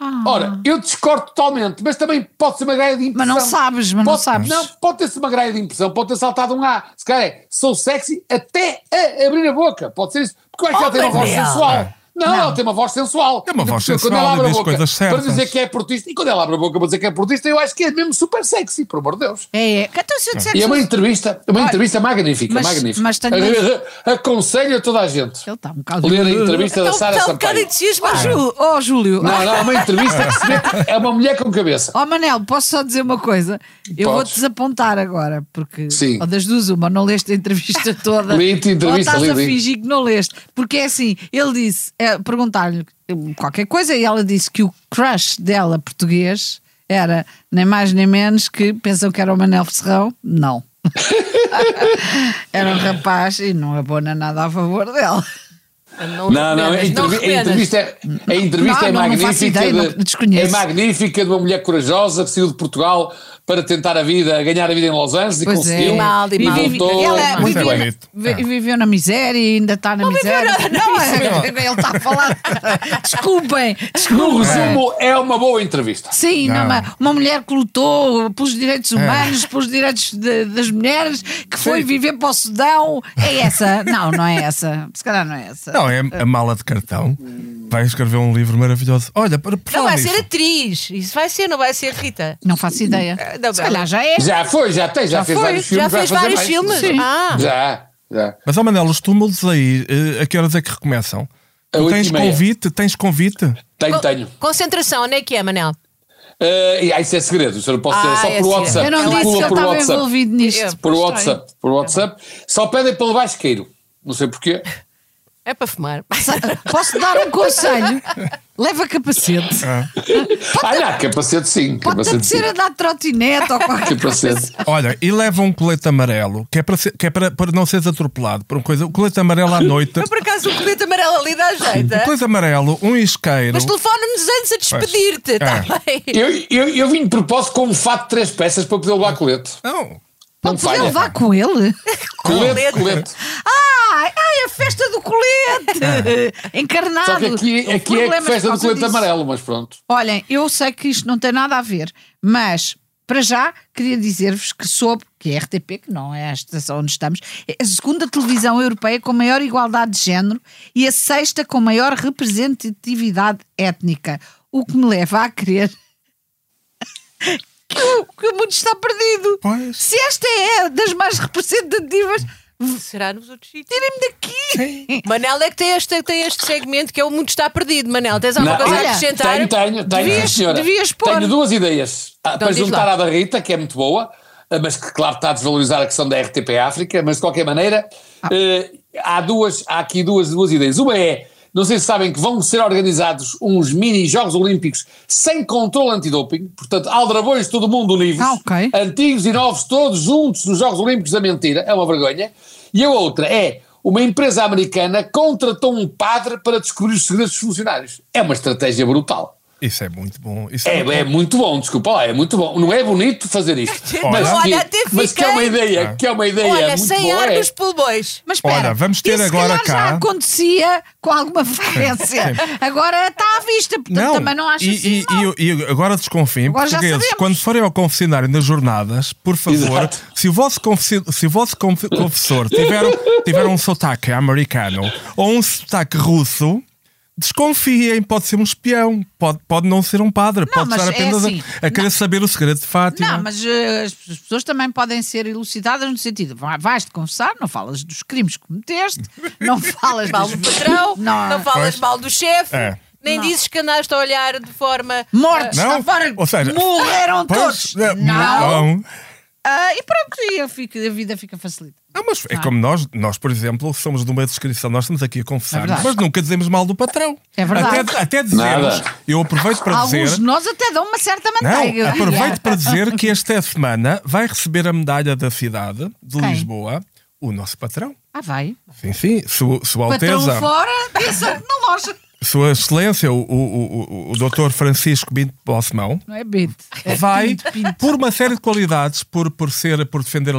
S2: Ah.
S1: Ora, eu discordo totalmente, mas também pode ser uma graia de impressão.
S2: Mas não sabes, mas não
S1: Pode-
S2: sabes.
S1: Não, pode ter-se uma graia de impressão, pode ter saltado um A. Se calhar é, sou sexy até a abrir a boca. Pode ser isso. Porque eu acho que ela tem
S2: Oh,
S1: uma voz
S4: Daniel.
S1: sensual. Não, ela tem uma voz sensual.
S3: Tem uma voz
S1: Quando
S3: sensual
S1: ela abre
S3: e
S1: a
S3: diz
S1: boca
S3: coisas
S1: Para
S3: certas.
S1: dizer que é portista. E quando ela abre a boca para dizer que é portista, eu acho que é mesmo super sexy, por amor de Deus.
S2: É, é. Então, se eu disser que
S1: E é
S2: sou-
S1: uma entrevista, uma entrevista magnífica,
S2: mas-
S1: magnífica.
S2: mas tenho-
S1: Re- re- Aconselho a toda a gente.
S2: Ele está um bocado.
S1: Ler a entrevista da Sara
S4: está um bocado
S1: Sampaio.
S4: entusiasmo.
S2: Oh, Júlio. Oh, Júlio.
S1: Não, não, é uma entrevista que se vê que é uma mulher com cabeça.
S2: Ó Manel, posso só dizer uma coisa? Eu
S1: Podes.
S2: vou desapontar agora, porque
S1: Sim.
S2: ou das duas uma, não leste a entrevista toda.
S1: Li-te a entrevista,
S2: ou estás
S1: li,
S2: a
S1: li.
S2: fingir que não leste. Porque é assim, ele disse, é, perguntaram-lhe qualquer coisa e ela disse que o crush dela português era nem mais nem menos que pensam que era o Manel Serrão. Não. Era um rapaz e não abona nada a favor dela.
S4: Não,
S1: Não, não, a,
S4: recomendas, não
S1: entrevi- a
S4: recomendas.
S1: entrevista, é- a entrevista
S2: Não,
S1: é
S2: não, não faço
S1: magnífica.
S2: ideia,
S1: de,
S2: não- desconheço.
S1: É magnífica de uma mulher corajosa que saiu de Portugal para tentar a vida, ganhar a vida em Los Angeles e
S2: Pois
S1: conseguiu.
S2: é.
S4: mal, e mal.
S1: Voltou,
S2: vive- ela é-
S3: Mas
S1: muito
S3: é
S2: vivia,
S1: bem.
S3: bonito.
S2: vi-
S3: É.
S2: viveu na miséria e ainda está na miséria.
S4: viveu na- na
S2: não,
S4: miséria.
S2: é- ele está a falar. Desculpem,
S1: No
S2: desculpem.
S1: resumo, é uma boa entrevista.
S2: Sim,
S3: Não.
S2: Uma, uma mulher que lutou pelos
S1: É.
S2: direitos humanos, pelos direitos de- das mulheres, que foi
S3: Sim.
S2: viver para o Sudão. É essa? Não, não é essa. Se calhar não é essa.
S3: Não, é a mala de cartão. Vai escrever um livro maravilhoso. Olha, para por
S4: Não
S3: falar
S4: vai
S3: nisso,
S4: ser atriz. Isso vai ser, não vai ser Rita.
S2: Não faço ideia.
S4: não,
S2: Se
S4: ela-
S2: calhar já é.
S1: Já foi, já tem, já,
S2: Já
S1: fez
S2: foi,
S1: vários filmes.
S4: Já
S1: vai
S4: fez
S1: fazer
S4: vários
S1: mais.
S4: filmes?
S2: Sim.
S4: Ah,
S1: Já, já.
S3: Mas, ó Manel, os túmulos aí, eh, a que horas é que recomeçam?
S1: A
S3: Tu
S1: oito e
S3: tens
S1: meia.
S3: convite? Tens convite?
S1: Tenho,
S4: Co-
S1: tenho.
S4: Concentração, onde é que é, Manel?
S1: Eh, e ah, isso é segredo, isso eu não posso dizer, é
S4: Ah, é
S1: só por
S4: segredo.
S1: WhatsApp.
S2: Eu não
S1: Circula
S2: disse que eu
S1: por
S2: estava
S1: WhatsApp.
S2: envolvido
S4: Eu-
S2: nisto.
S1: Por
S4: Estranho.
S1: WhatsApp, por WhatsApp. Só pedem pelo basqueiro. Não sei porquê.
S4: É para fumar.
S2: Posso dar um conselho? Leva capacete.
S1: Ah, não, capacete sim.
S2: Pode
S1: capacete sim.
S2: acontecer a dar trotinete ou qualquer
S1: Capacete.
S3: Olha, e leva um colete amarelo, que é para, ser- que é para, para não seres atropelado por uma coisa. O colete amarelo à noite.
S4: Eu, por acaso, o colete amarelo ali dá jeito.
S3: O
S4: é?
S3: colete amarelo, um isqueiro.
S4: Mas telefona-nos antes a despedir-te,
S3: Pois.
S4: está bem?
S1: Eu, eu, eu vim de propósito com um fato de três peças para poder levar colete.
S3: Não.
S1: Não
S2: Pode poder
S1: falha.
S2: levar com ele?
S1: Colete,
S4: Colete.
S1: colete.
S2: Ai, ai, a festa do colete! Encarnado.
S1: Só que aqui, aqui
S2: Houve
S1: é
S2: problemas por
S1: festa do
S2: causa
S1: colete
S2: disso.
S1: amarelo, mas pronto.
S2: Olhem, eu sei que isto não tem nada a ver, mas para já queria dizer-vos que soube que a RTP, que não é a estação onde estamos, é a segunda televisão europeia com maior igualdade de género e a sexta com maior representatividade étnica. O que me leva a crer que o, que o mundo está perdido.
S3: Pois.
S2: Se esta é das mais representativas,
S4: Será nos outros sítios?
S2: tirem-me daqui.
S4: Manel é que tem este, tem este segmento que é o mundo está perdido, Manel. Tens alguma
S1: Não,
S4: coisa
S2: olha,
S4: a acrescentar?
S1: Tenho, tenho, tenho,
S2: Devias-
S1: sim, senhora.
S2: devias pôr.
S1: Tenho duas ideias. Ah,
S4: Então
S1: para
S4: diz
S1: juntar
S4: lá.
S1: à da Rita, que é muito boa, ah, mas que, claro, está a desvalorizar a questão da RTP África, mas de qualquer maneira,
S4: Ah.
S1: eh, há, duas, há aqui duas, duas ideias. Uma é. Não sei se sabem que vão ser organizados uns mini Jogos Olímpicos sem controle antidoping, portanto, aldrabões de todo o mundo unidos,
S2: Ah, ok.
S1: antigos e novos, todos juntos nos Jogos Olímpicos da mentira, é uma vergonha. E a outra é uma empresa americana contratou um padre para descobrir os segredos dos funcionários. É uma estratégia brutal.
S3: Isso é muito bom. Isso
S1: É,
S3: muito
S1: é
S3: bom.
S1: muito bom, desculpa lá, é muito bom. Não é bonito fazer isto.
S3: Olha.
S1: mas que,
S4: Olha, até
S1: mas que é uma
S4: fiquei.
S1: ideia, que é uma ideia
S4: Olha,
S1: muito
S4: sem
S1: boa.
S4: ar
S1: é.
S4: nos pulmões.
S2: Mas espera,
S3: Ora, vamos ter
S2: isso se
S3: agora
S2: calhar já
S3: cá-
S2: acontecia com alguma frequência. Agora está à vista, portanto também não acho
S3: e,
S2: assim
S3: e-
S2: mal.
S3: e- e agora desconfiem,
S2: Agora já
S3: portugueses,
S2: sabemos.
S3: quando forem ao confessionário nas jornadas, por favor,
S1: Exato.
S3: se o vosso, confe- se o vosso confe- confessor tiver, tiver um sotaque americano ou um sotaque russo, desconfiem, pode ser um espião, pode, pode não ser um padre, pode
S2: mas
S3: estar
S2: é
S3: apenas a-
S2: assim,
S3: a, querer saber o segredo de Fátima.
S2: Não, mas eh, as as pessoas também podem ser elucidadas no sentido, vai- vais-te confessar, não falas dos crimes que cometeste, não falas
S4: Mal
S2: dos...
S4: do patrão, não,
S2: Não.
S4: falas
S3: Pois.
S4: mal do chefe,
S3: É.
S4: nem dizes que andaste a olhar de forma.
S2: Mortes
S3: Não,
S2: lá fora,
S3: ou seja,
S2: morreram todos.
S3: Pois, é,
S2: Não.
S3: não.
S2: Ah, e pronto, e eu fico- a vida fica facilita.
S3: Não, mas é como nós, nós, por exemplo, somos de uma descrição, nós estamos aqui a
S2: É
S3: confessar,
S2: verdade.
S3: mas nunca dizemos mal do patrão.
S2: É verdade.
S3: Até, até dizemos,
S1: Nada.
S3: eu aproveito para
S2: Alguns
S3: dizer.
S2: de nós até dão uma certa manteiga.
S3: Não,
S2: eu diria.
S3: aproveito para dizer que esta semana vai receber a medalha da cidade de
S2: Quem?
S3: Lisboa o nosso patrão.
S2: Ah, vai.
S3: Sim, sim, Sua, sua
S2: Patrão
S3: Alteza,
S2: fora, pensa na loja.
S3: Sua Excelência, o, o, o, o Dr. Francisco Binto Bosmão,
S2: Não é bit. É
S3: vai,
S2: pinto, pinto.
S3: por uma série de qualidades, por, por, ser, por defender a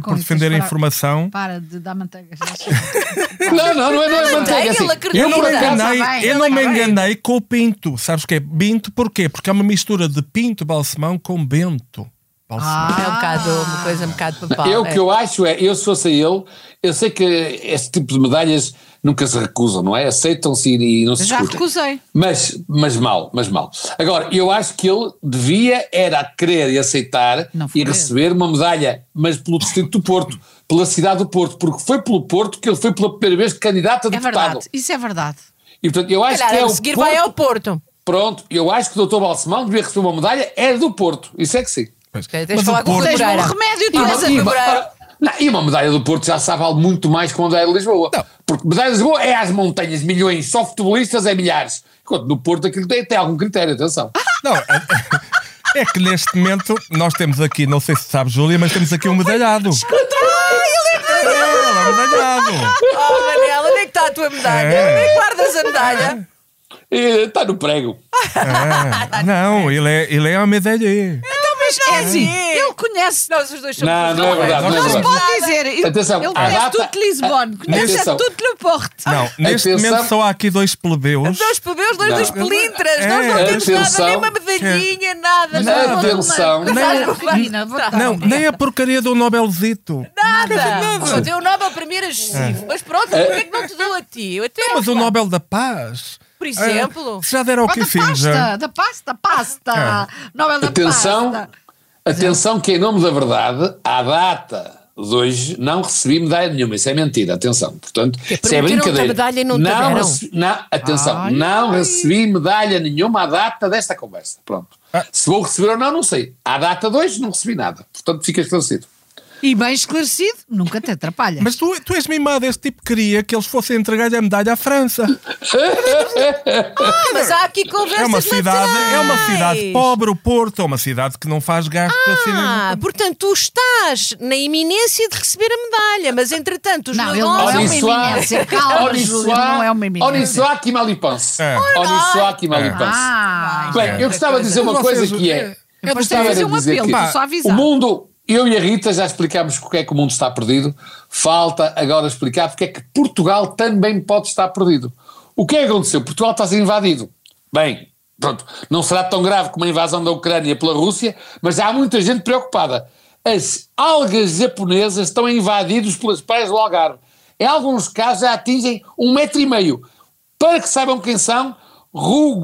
S2: parar com
S3: é por
S2: isso,
S3: defender a
S2: tens de parar.
S3: informação.
S2: Para de dar manteiga. já chega.
S1: Não, não, não é, não é manteiga
S4: Manteiga,
S1: assim.
S4: ele acredita. É
S3: Eu
S4: um
S3: não, me
S4: Ele
S2: está
S3: enganei,
S2: bem,
S3: eu
S2: ele
S3: não me
S2: está bem.
S3: enganei com o Pinto. Sabes o que é? Binto porquê? Porque é uma mistura de Pinto Balsemão com Bento Balsemão.
S4: É um bocado, uma coisa um bocado papal.
S1: Eu o
S4: é.
S1: que eu acho é, eu se fosse ele, eu sei que esse tipo de medalhas nunca se recusam, não é? Aceitam-se e, e não se
S2: Já
S1: discutem.
S2: recusei.
S1: Mas, mas mal, mas mal. Agora, eu acho que ele devia era querer e aceitar
S2: Não foi
S1: e
S2: ele.
S1: receber uma medalha, mas pelo Distrito do Porto, pela cidade do Porto, porque foi pelo Porto que ele foi pela primeira vez candidato a
S2: É
S1: deputado.
S2: verdade, isso é verdade.
S1: E portanto, eu acho
S4: Calhar,
S1: que é
S4: a
S1: o Um
S4: seguir
S1: Porto,
S4: vai ao Porto.
S1: Pronto, eu acho que o Dr. Balsemão devia receber uma medalha, é do Porto, isso é que sim.
S3: Pois.
S4: Tens de
S3: Mas
S4: falar
S3: o
S4: com o
S3: Porto-
S2: Tens um
S4: Pereira.
S2: remédio,
S4: Ah,
S1: uma-
S2: tens
S4: mas
S2: a
S4: sim,
S1: uma-
S4: cobrar.
S1: ora, não, e uma medalha do Porto já sabe algo muito mais que uma medalha de Lisboa.
S3: Não.
S1: Porque medalha de Lisboa é às montanhas, milhões, só futebolistas é milhares. Enquanto no Porto aquilo tem, tem algum critério, atenção.
S3: Não, é, é que neste momento nós temos aqui, não sei se sabes, Júlia, mas temos aqui um medalhado. Manela, medalhado.
S4: Oh, Manela, onde é que está a tua medalha?
S3: É.
S4: Onde é que guardas a medalha?
S1: Eh, Está no prego.
S3: Ah, não, ele é, ele é um medalhão.
S2: Então, mas é assim,
S4: é.
S2: ele conhece.
S4: Nós os dois somos
S1: Não, não é verdade,
S3: não é
S2: Mas
S3: verdade.
S2: pode dizer, ele
S1: Atenção,
S2: ele
S1: a
S2: conhece
S1: data-
S2: tudo de Lisboa, conhece
S1: Atenção.
S2: tudo de Le Porto.
S3: Não, neste
S1: Atenção.
S3: momento só há aqui dois plebeus.
S4: Dois plebeus, dois
S1: Não.
S4: dos pelintras,
S3: É.
S4: nós não temos nada,
S1: Atenção.
S4: nem uma medalhinha, nada.
S1: Não,
S4: nada.
S1: Atenção.
S2: Não,
S4: Não,
S2: Carolina, vou dar
S3: Não,
S2: um-
S3: nem a porcaria do Nobelzito.
S4: Nada! Eu dei o Nobel para mim era excessivo. Mas pronto, porquê é que não te dou a ti? Eu até
S3: Mas o
S4: claro.
S3: Nobel da Paz.
S4: Por exemplo?
S3: Ah, se já É. deram ao
S2: Ah, da
S3: Kissinger.
S2: pasta, da pasta, pasta. Nobel da
S1: Atenção,
S2: pasta.
S1: atenção que em nome da verdade, à data de hoje, não recebi medalha nenhuma. Isso é mentira, atenção. Portanto, isso é
S4: prometeram-te
S1: brincadeira.
S4: a medalha e não te deram.
S1: recebi- não, atenção,
S2: Ai,
S1: não
S2: ai.
S1: recebi medalha nenhuma à data desta conversa. Pronto.
S3: Ah.
S1: Se vou receber ou não, não sei. À data de hoje, não recebi nada. Portanto, fica esclarecido.
S2: E bem esclarecido, nunca te atrapalha.
S3: Mas tu, tu és mimado, esse tipo queria que eles fossem entregar-lhe a medalha à França.
S4: Ah, mas há aqui conversas
S3: É uma cidade,
S4: laterais.
S3: é uma cidade pobre, o Porto, é uma cidade que não faz gasto assim.
S4: Ah,
S3: nem-
S4: portanto, tu estás na iminência de receber a medalha, mas entretanto os
S2: Não, ele não é uma
S4: negócios.
S2: iminência. Calma, Júlio, não é uma iminência.
S1: Onissoá Kimalipanse.
S3: É.
S1: Onissoá Kimalipanse.
S2: Ah,
S1: Bem, eu gostava de dizer uma
S3: Vocês-
S1: coisa que é.
S2: Eu
S1: Eu
S2: depois
S1: gostava
S2: tenho
S1: de
S2: que fazer um
S1: dizer
S2: apelo,
S1: que.
S2: vou só
S1: O
S2: avisar.
S1: mundo, eu e a Rita já explicámos porque é que o mundo está perdido. Falta agora explicar porque é que Portugal também pode estar perdido. O que é que aconteceu? Portugal está a ser invadido. Bem, pronto, não será tão grave como a invasão da Ucrânia pela Rússia, mas há muita gente preocupada. As algas japonesas estão invadidas pelas praias do Algarve. Em alguns casos já atingem um metro e meio. Para que saibam quem são,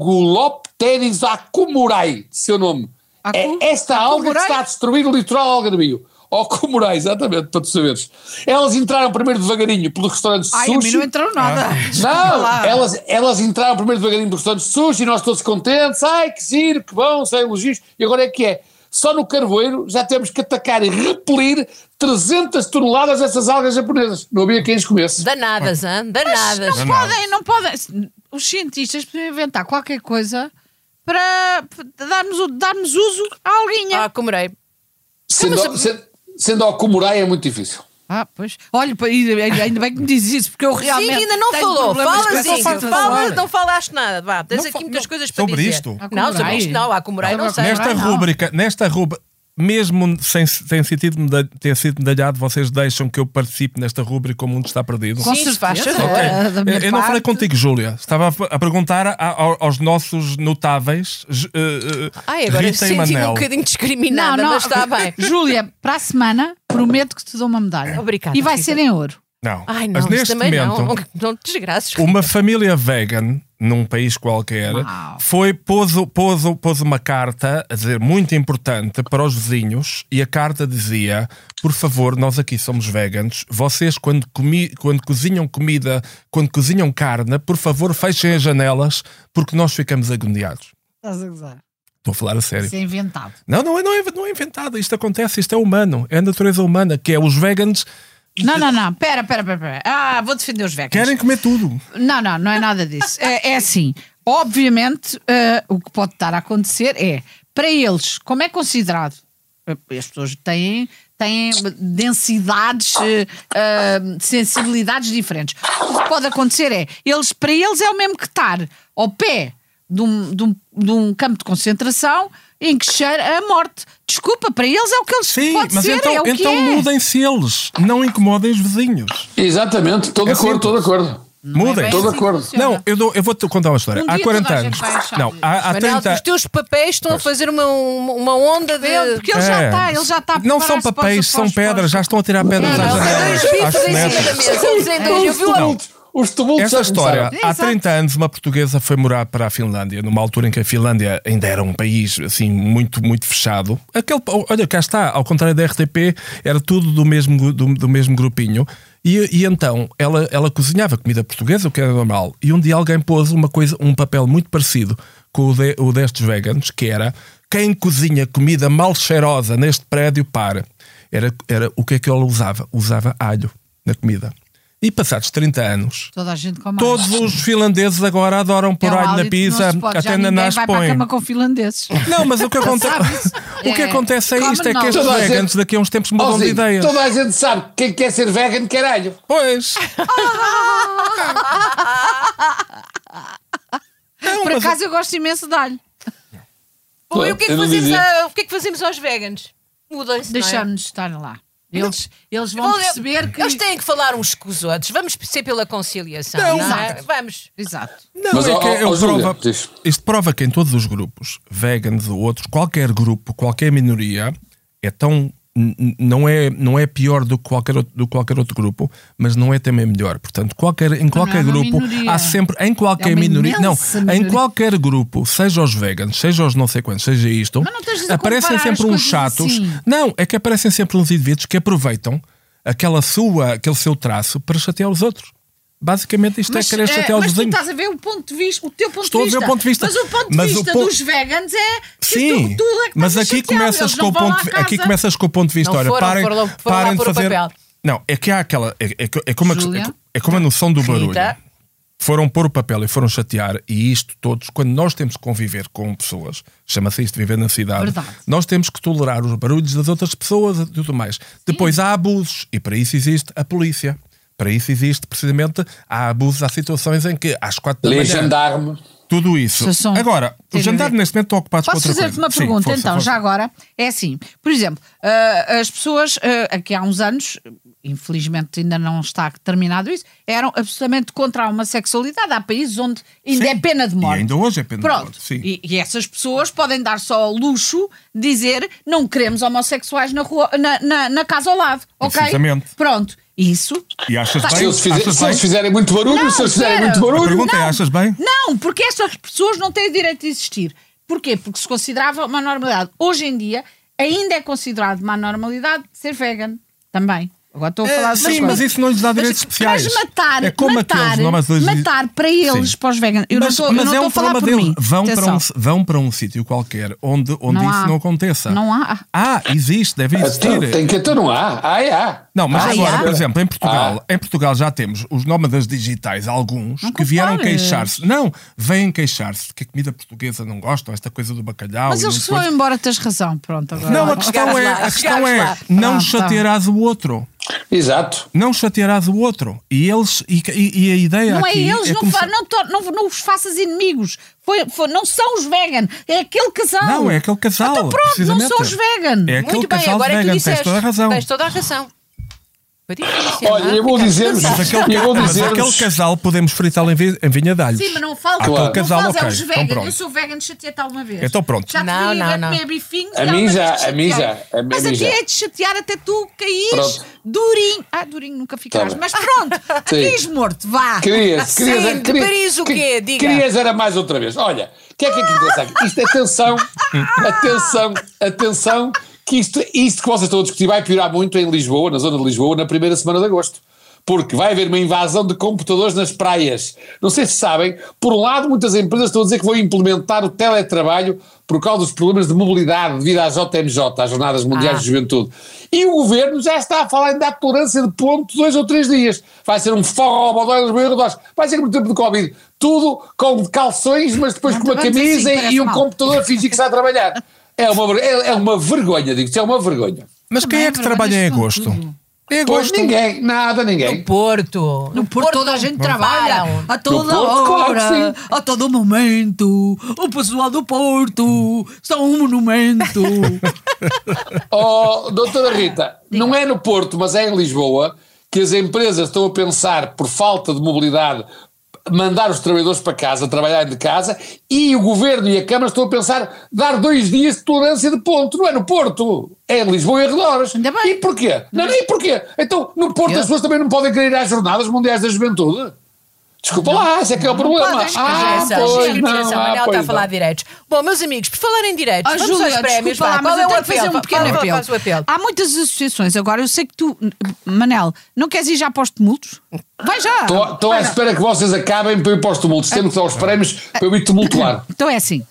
S1: Rugulopteris acumurai, seu nome.
S2: Acu-
S1: É esta alga que
S2: Acumurai?
S1: está a destruir o litoral algarvio. Ou Comorai, exatamente, para tu saberes. Elas entraram primeiro devagarinho pelos restaurantes de
S2: Ai, a mim
S1: sushi.
S2: não entrou
S3: Ah.
S2: nada.
S1: Não, é
S2: lá.
S1: elas, elas entraram primeiro devagarinho pelos restaurantes de sushi, nós todos contentes. Ai, que giro, que bom, sem elogios. E agora é que é. Só no Carvoeiro já temos que atacar e repelir 300 toneladas dessas algas japonesas. Não havia quem as comesse.
S4: Danadas, hã? Danadas.
S2: Não podem, não podem. Os cientistas podiam inventar qualquer coisa para para darmos, o- darmos uso à alguinha.
S4: Ah, comemorei.
S1: Sendo, sendo, sendo ao Comorai é muito difícil.
S2: Ah, pois. Olha, pa- e- e- ainda bem que me dizes isso, porque eu realmente.
S4: Sim, ainda não
S2: tenho
S4: falou.
S2: problemas com
S4: Fala,
S2: essa
S4: Zig.
S2: falta de
S4: Fala,
S2: palavra.
S4: não falaste nada. Vá, tens
S3: Não
S4: aqui
S3: fa-
S4: muitas
S3: não-
S4: coisas para
S3: sobre
S4: dizer.
S3: isto?
S2: Há
S4: Não, sobre
S2: Comorai.
S4: isto não. Há comemorei, não sei.
S3: Nesta
S2: não.
S3: rúbrica, nesta rúbrica, mesmo sem, sem sentido meda- ter sido medalhado, vocês deixam que eu participe nesta rúbrica O Mundo Está Perdido?
S2: Com
S4: Sim, é, se faz
S2: certeza.
S4: favor.
S2: eh, da
S3: Eu,
S2: minha
S3: eu não falei
S2: parte.
S3: contigo, Júlia. Estava a, a perguntar a- a- aos nossos notáveis Ju- eh, eh,
S4: Ai, agora
S3: Rita e
S4: senti-me
S3: Manel.
S4: um bocadinho
S2: Não,
S4: discriminada,
S2: não.
S4: mas está bem.
S2: Júlia, para a semana, prometo que te dou uma medalha.
S4: Obrigada,
S2: E vai
S4: Rita.
S2: ser em ouro.
S3: Não,
S4: Ai, não,
S3: mas
S4: isso
S3: neste
S4: também
S3: momento,
S4: não. Não te desgraças.
S3: uma família vegan num país qualquer
S2: Uau.
S3: foi pôs, o- pôs, o- pôs uma carta a dizer muito importante para os vizinhos e a carta dizia por favor nós aqui somos veganos vocês quando, comi, quando cozinham comida quando cozinham carne por favor fechem as janelas porque nós ficamos agoniados
S2: Estás a gozar.
S3: estou a falar a sério
S2: Isso é inventado.
S3: não não é, não é não é inventado isto acontece isto é humano é a natureza humana que é os veganos
S2: Não, não, não. Pera, pera, pera. pera. Ah, vou defender os veganos.
S3: querem comer tudo
S2: Não, não, não é nada disso. É, é assim. Obviamente, eh, o que pode estar a acontecer é, para eles, como é considerado? eh, As pessoas têm, têm densidades, eh, eh, sensibilidades diferentes. O que pode acontecer é, eles, para eles é o mesmo que estar ao pé de um, de um- de um campo de concentração em que cheira a morte. Desculpa, para eles é o que eles
S3: Sim,
S2: pode
S3: mas
S2: ser,
S3: então,
S2: é o que
S3: então
S2: é.
S3: mudem-se eles, não incomodem os vizinhos.
S1: Exatamente, todo
S3: É
S1: acordo, todo
S3: simples.
S1: acordo.
S2: é
S3: Mudem.
S2: bem
S1: Todo
S2: assim que
S1: acordo.
S2: funciona.
S3: Não, eu, dou- eu vou-te contar uma história.
S2: Um
S3: há
S2: dia
S3: 40
S2: toda a gente
S3: anos.
S2: vai achar
S3: Não,
S2: disso.
S3: há, há
S4: Manel,
S3: 30
S4: os teus papéis estão a fazer uma, uma, uma onda de.
S2: Ele- porque ele já
S3: É.
S2: está, ele já está a
S3: Não
S2: preparar-se
S3: são
S2: para os-
S3: papéis,
S2: para
S3: são
S2: os-
S3: pedras, já estão a tirar pedras
S2: é
S4: Não,
S3: às
S4: não, são dois
S3: janelas.
S4: bifes
S3: às
S4: em cima da
S3: fenestres.
S4: mesa. Eles em dois. Eu
S1: Os
S4: vi lá.
S1: tumultos, os tumultos
S3: Esta
S1: já começaram.
S3: história, há
S2: Exato.
S3: 30 anos, uma portuguesa foi morar para a Finlândia, numa altura em que a Finlândia ainda era um país assim muito, muito fechado. Aquele, olha, cá está, ao contrário da RTP, era tudo do mesmo, gru- do, do mesmo grupinho. E, e então ela, ela cozinhava comida portuguesa, o que era normal. E um dia alguém pôs uma coisa, um papel muito parecido com o, de, o destes veganos, que era quem cozinha comida mal cheirosa neste prédio para. Era, era o que é que ela usava? Usava alho na comida. E passados 30 anos,
S2: Toda a gente come
S3: todos
S2: alho.
S3: os finlandeses agora adoram
S2: É um
S3: pôr alho
S2: alho
S3: na
S2: que não
S3: pizza,
S2: se pode, já
S3: até na
S2: ninguém
S3: nas
S2: vai para a
S3: põem.
S2: cama com finlandeses.
S3: Não, mas o que, aconte...
S2: Sabe-se.
S3: o que
S2: É.
S3: acontece é isto: é que
S2: Come
S3: estes
S1: nós. Toda a gente-
S3: veganos daqui a uns tempos
S1: Ó,
S3: mudam de
S1: Zé,
S3: ideias.
S1: Toda a gente sabe que quem quer ser vegan quer alho.
S3: Pois. Não,
S2: Por
S3: mas-
S2: acaso eu é? gosto imenso de alho.
S4: Bom, e o que é que
S1: Eu não
S4: fazemos,
S1: dizia.
S4: a- o que é que fazemos aos veganos? Mudam-se. não é?
S2: Deixamos estar lá. Eles, eles vão
S4: Vão-
S2: perceber que.
S4: Eles têm que falar uns com os outros. Vamos ser pela conciliação.
S3: Não.
S4: não é?
S2: Exato.
S4: Vamos.
S2: Exato.
S3: Não,
S1: Mas,
S3: é
S1: ó,
S3: que
S1: ó,
S3: eu
S1: ó, Júlia,
S3: prova-
S1: diz.
S3: isto prova que em todos os grupos, vegans ou outros, qualquer grupo, qualquer minoria, é tão. n- n- Não é, não é pior do que, qualquer outro, do que qualquer outro grupo, mas não é também melhor. Portanto, qualquer, em
S2: não
S3: qualquer
S2: é uma
S3: grupo,
S2: minoria.
S3: há sempre, em qualquer
S2: É uma
S3: minoria, não,
S2: imensa
S3: em
S2: minoria.
S3: qualquer grupo, seja os veganos, seja os não sei quantos, seja isto,
S2: Mas não tens de
S3: aparecem
S2: comparar as
S3: sempre
S2: coisas
S3: uns chatos.
S2: assim.
S3: Não, é que aparecem sempre uns indivíduos que aproveitam aquela sua, aquele seu traço para chatear os outros. Basicamente, isto é querer
S2: eh,
S3: chatear os
S2: mas tu
S3: vizinhos.
S2: estás a ver o ponto de vista, o teu ponto
S3: Estou a
S2: de
S3: ver
S2: vista.
S3: o ponto de vista.
S2: Mas o ponto de
S3: Mas o
S2: vista
S3: pon-
S2: dos veganos é que
S3: Sim,
S2: tu, tu é que
S3: mas
S2: estás a
S3: aqui
S2: chateá-los,
S3: começas,
S2: eles
S3: com
S2: não
S3: o
S2: vão lá
S3: ponto,
S2: à
S3: de- aqui
S2: casa.
S3: começas com o ponto de vista.
S4: Não
S3: Olha,
S4: foram,
S3: parem,
S4: foram lá- foram lá
S3: parem de
S4: pôr o
S3: fazer.
S4: papel.
S3: Não, é que há aquela. É, é que- é como, a,
S2: Júlia?
S3: é, é como a noção do barulho.
S4: Rita?
S3: Foram pôr o papel e foram chatear, e isto todos, quando nós temos que conviver com pessoas, chama-se isto viver na cidade,
S2: Verdade.
S3: nós temos que tolerar os barulhos das outras pessoas e tudo mais. Depois há abusos, e para isso existe a polícia. Para isso existe, precisamente, há abusos, há situações em que às quatro da
S1: Lê
S3: manhã
S1: gendarme.
S3: tudo isso.
S2: Só são-
S3: Agora,
S2: Tem
S3: os
S2: a
S3: jantar
S2: ver.
S3: neste momento estão ocupados
S2: Posso
S3: com outra
S2: fazer-te
S3: coisa.
S2: uma
S3: Sim,
S2: pergunta,
S3: força,
S2: então,
S3: força.
S2: já agora? É assim, por exemplo, ah, as pessoas, ah, aqui há uns anos, infelizmente ainda não está terminado isso, eram absolutamente contra a homossexualidade. Há países onde ainda
S3: Sim.
S2: é pena de morte.
S3: E ainda hoje é pena de
S2: Pronto.
S3: morte, sim.
S2: E, e essas pessoas podem dar só ao luxo dizer não queremos homossexuais na, rua, na, na- na casa ao lado, ok?
S3: Precisamente.
S2: Pronto. Isso.
S3: E achas
S2: Tá-
S3: bem?
S1: Se eles, fizer-
S3: Achas
S1: se eles
S3: bem?
S1: fizerem muito barulho,
S2: Não,
S1: se eles fizerem
S2: espera.
S1: muito
S3: A
S1: barulho.
S3: pergunta é: achas bem?
S2: Não, porque essas pessoas não têm o direito de existir. Porquê? Porque se considerava uma normalidade. Hoje em dia, ainda é considerado uma normalidade ser vegan. Também. Agora estou a falar de
S3: É, sim, mas isso não lhes dá direitos especiais.
S2: Mas matar,
S3: É como
S2: matar,
S3: aqueles nomes dos-
S2: matar para eles,
S3: Sim.
S2: para os veganos. Eu
S3: mas,
S2: não estou, eu
S3: mas
S2: não
S3: é
S2: estou
S3: um
S2: a falar
S3: problema
S2: por mim.
S3: deles. Vão para, um,
S2: Atenção.
S3: vão para um sítio qualquer onde, onde
S2: Não
S3: isso
S2: há.
S3: não aconteça.
S2: Não há.
S3: Ah, existe, deve
S1: Então,
S3: existir.
S1: tem que então não há. Ah, é, há.
S3: Não, mas
S1: Ah,
S3: agora,
S1: é.
S3: por exemplo, em Portugal,
S1: Ah.
S3: em Portugal já temos os nómadas digitais, alguns,
S2: Não
S3: que vieram
S2: compares.
S3: queixar-se. Não, vêm queixar-se que a comida portuguesa não gostam, esta coisa do bacalhau.
S2: Mas
S3: e
S2: eles
S3: não
S2: se vão
S3: coisa.
S2: embora, tens razão. Pronto, agora.
S3: Não, a questão
S4: Chegares
S3: é,
S4: lá,
S3: a questão
S4: chegares
S3: é
S4: lá.
S3: não
S2: Ah, tá.
S3: chatearás o outro.
S1: Exato.
S3: Não chatearás o outro. E eles, e, e- e a ideia
S2: Não é
S3: aqui
S2: eles, não,
S3: como
S2: fa-
S3: se-
S2: não, to- não, não os faças inimigos. Foi, foi- não são os vegan, é aquele casal.
S3: Não, é aquele casal,
S2: Então pronto, não
S3: precisamente.
S2: são os vegan.
S3: É aquele
S4: Muito bem,
S3: casal
S4: agora é que tu
S3: vegan,
S4: disseste.
S3: tens toda a razão.
S4: Tens toda a razão. Foi difícil,
S1: Olha,
S4: não é?
S1: eu vou
S4: Ficaste
S1: dizer-vos.
S4: cansado.
S3: Mas aquele,
S1: Eu vou
S3: mas
S1: dizer-vos-
S3: aquele casal podemos fritá-lo em, vi- em vinha de alhos.
S2: Sim, mas não fala
S3: Aquele
S1: Ah, Claro.
S3: casal,
S2: não fala
S3: ok,
S2: aos
S3: então
S2: vegan.
S3: pronto.
S2: Eu sou vegan, chateei-te alguma vez.
S3: Então pronto.
S2: Já te
S4: Não,
S2: vi
S4: não,
S2: a
S4: não.
S2: comer bifinhos
S1: A
S2: e
S1: mim
S2: alguma
S1: já-
S2: vez te
S1: a mim
S2: chateei.
S1: já- a mim-
S2: Mas
S1: a mim
S2: aqui
S1: já.
S2: é de chatear até tu caís
S1: Pronto. Tá
S2: durinho. Ah, durinho nunca ficaste.
S1: bem.
S2: mas pronto, caís morto, vá.
S1: Querias, querias, é
S4: Sim, de
S1: querias-
S4: Paris o quê?
S1: que-
S4: Diga.
S1: Querias era mais outra vez. Olha, o que é que é que interessa aqui? Isto é atenção, atenção, atenção, que isto, isto que vocês estão a discutir vai piorar muito em Lisboa, na zona de Lisboa, na primeira semana de agosto. Porque vai haver uma invasão de computadores nas praias. Não sei se sabem, por um lado, muitas empresas estão a dizer que vão implementar o teletrabalho por causa dos problemas de mobilidade devido à JMJ, às Jornadas Mundiais
S4: Ah.
S1: de Juventude. E o governo já está a falar em dar tolerância de ponto dois ou três dias. Vai ser um forró ao Bodói dos Boiarodós. Vai ser como no tempo do Covid. Tudo com calções, mas depois
S2: Não,
S1: com uma
S2: também não sei,
S1: camisa
S2: parece
S1: e um
S2: mal.
S1: computador a fingir que está a trabalhar. É uma, ver- é, é uma vergonha, digo-te, é uma vergonha.
S3: Mas quem
S2: Também
S3: é que
S2: é
S3: trabalha em
S2: verdade,
S3: agosto?
S2: isto é tudo.
S3: Em
S1: Pois
S3: agosto.
S1: ninguém, nada, ninguém.
S4: No Porto.
S2: No Porto toda a gente trabalha, a toda
S1: Porto, claro que
S2: hora,
S1: sim.
S2: a todo momento. O pessoal do Porto são um monumento.
S1: Oh, doutora Rita, não é no Porto, mas é em Lisboa que as empresas estão a pensar, por falta de mobilidade, mandar os trabalhadores para casa, trabalharem de casa, e o Governo e a Câmara estão a pensar dar dois dias de tolerância de ponto. Não é no Porto, é em Lisboa e arredores.
S2: Ainda bem.
S1: E porquê? Não, não, e porquê? Então, no Porto as pessoas também não podem querer ir às Jornadas Mundiais da Juventude? Desculpa lá, esse é que é o problema.
S4: Podem,
S1: ah,
S4: esquecer,
S1: pois
S4: esquecer,
S1: não,
S4: esquecer,
S1: ah,
S4: Manel está
S1: pois
S4: tá a falar de direitos. Bom, meus amigos, por falar em direitos,
S2: Ó,
S4: vamos aos
S2: Ah, Júlia,
S4: prémios.
S2: desculpa
S4: Vá,
S2: lá,
S4: qual
S2: mas
S4: é
S2: eu
S4: o
S2: tenho que fazer
S4: apelo?
S2: um pequeno
S4: Qual- qual-
S2: apelo. Ah,
S4: Faz o apelo.
S2: Há muitas associações. Agora, eu sei que tu, Manel, não queres ir já para os tumultos? Vai já!
S1: Estou à
S2: Vai já.
S1: espera que vocês acabem para eu ir para os tumultos. Temos que
S2: Ah.
S1: dar os prémios para eu ir tumultuar.
S2: Então é assim: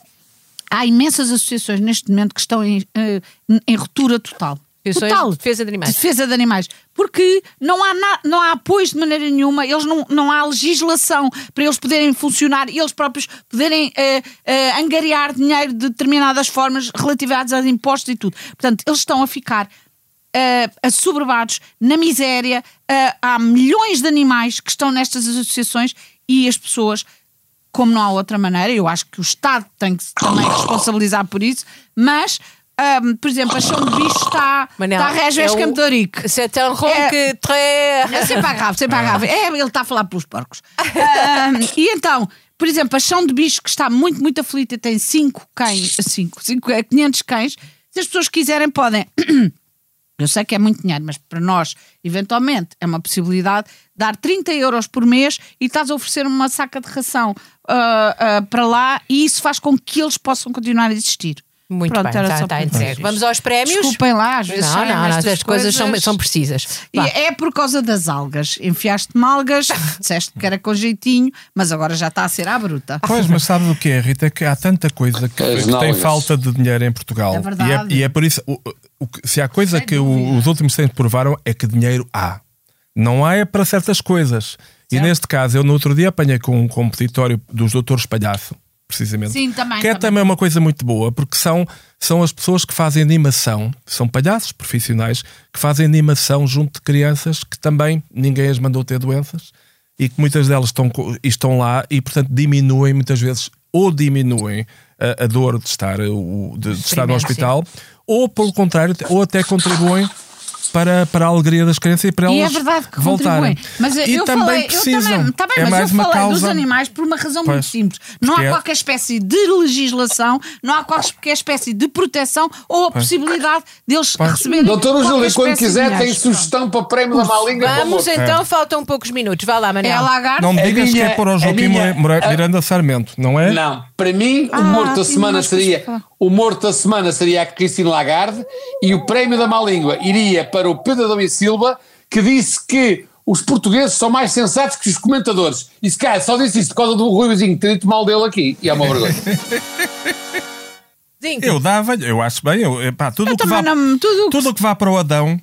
S2: há imensas associações neste momento que estão em, eh, em ruptura total.
S4: Associações
S2: Total.
S4: de Defesa de Animais.
S2: Defesa de animais. Porque não há, na- não há apoios de maneira nenhuma, eles não, não há legislação para eles poderem funcionar, eles próprios poderem eh, eh, angariar dinheiro de determinadas formas relativas a impostos e tudo. Portanto, eles estão a ficar eh, assoberbados na miséria. eh, há milhões de animais que estão nestas associações e as pessoas. Como não há outra maneira, eu acho que o Estado tem que se também responsabilizar por isso, mas, ahm, por exemplo, a Chão de Bicho está,
S4: Manel,
S2: Está régio tá és
S4: é o-
S2: Campedoric.
S4: C'est un
S2: É.
S4: ronque très...
S2: Eu sempre agravo, sempre agravo. É, ele está a falar pelos porcos. Ahm, e então, por exemplo, a Chão de Bicho, que está muito, muito aflita, tem 5 cães, 5, 500 cães. Se as pessoas quiserem, podem. Eu sei que é muito dinheiro, mas para nós, eventualmente, é uma possibilidade dar 30 euros por mês e estás a oferecer uma saca de ração ah, ah, para lá e isso faz com que eles possam continuar a existir.
S4: Muito
S2: Pronto,
S4: bem,
S2: era só
S4: está
S2: para
S4: tá entregue.
S2: dizer
S4: Vamos
S2: isto.
S4: aos prémios.
S2: Desculpem lá, às vezes
S4: Não,
S2: saem
S4: não, não,
S2: estas
S4: estas coisas são, são precisas.
S2: E
S4: Vá.
S2: é por causa das algas. Enfiaste-me algas, disseste que era com jeitinho, mas agora já está a ser à bruta.
S3: Pois, mas sabe o que é, Rita? É Que há tanta coisa que,
S1: As
S3: que tem
S1: nalgas.
S3: falta de dinheiro em Portugal.
S2: É verdade.
S3: E, é, e é por isso, o- o que- se há coisa
S2: Sem
S3: que o-
S2: dúvida.
S3: os últimos tempos provaram é que dinheiro há. Não há é para certas coisas. E neste caso, eu no outro dia apanhei com um compositório dos Doutores Palhaço, precisamente.
S2: Sim, também,
S3: Que é
S2: também.
S3: também uma coisa muito boa, porque são, são as pessoas que fazem animação, são palhaços profissionais que fazem animação junto de crianças que também ninguém as mandou ter doenças e que muitas delas estão, co- estão lá e, portanto, diminuem muitas vezes ou diminuem a, a dor de estar, o- de, de estar no
S4: Experimento,
S3: hospital, ou pelo contrário, ou até contribuem. Para, para a alegria das crianças e para
S2: E é
S3: elas
S2: verdade que
S3: voltarem.
S2: contribuem. Mas
S3: e
S2: eu
S3: também
S2: falei,
S3: precisam.
S2: eu também, tá bem,
S3: é
S2: mas
S3: mais
S2: eu
S3: uma
S2: falei
S3: causa...
S2: dos animais por uma razão
S3: Pois.
S2: muito simples. Não há
S3: Porque é-
S2: qualquer espécie de legislação, não há qualquer espécie de proteção ou a possibilidade deles receberem.
S1: Doutor
S2: qualquer
S1: Júlio, quando
S2: espécie de
S1: quiser,
S2: dinheiro.
S1: tem sugestão para prémio da Malinga. por
S4: Vamos
S1: favor.
S4: então, faltam poucos minutos. Vá lá,
S2: É
S4: Manel.
S2: a lagarta.
S3: Não me
S1: A
S3: digas que
S1: minha-
S3: é para o
S1: a
S3: Joaquim
S1: minha-
S3: Moura- Moura-
S1: a-
S3: Miranda Sarmento, ah, não é?
S1: Não, para mim o morto da
S2: Ah, sim,
S1: semana
S2: nós temos que
S1: seria
S2: falar.
S1: o morto da semana seria a Cristina Lagarde e o prémio da má língua iria para o Pedro Adão e Silva que disse que os portugueses são mais sensatos que os comentadores. E se calhar só disse isso por causa do Rui Vizinho ter dito mal dele aqui. E é uma vergonha.
S4: Zinho.
S3: Eu dava eu acho bem. Eu, epá, tudo
S2: Eu
S3: o que
S2: também
S3: vá,
S2: não- tudo o
S3: tudo,
S2: que-
S3: o que vá para o Adão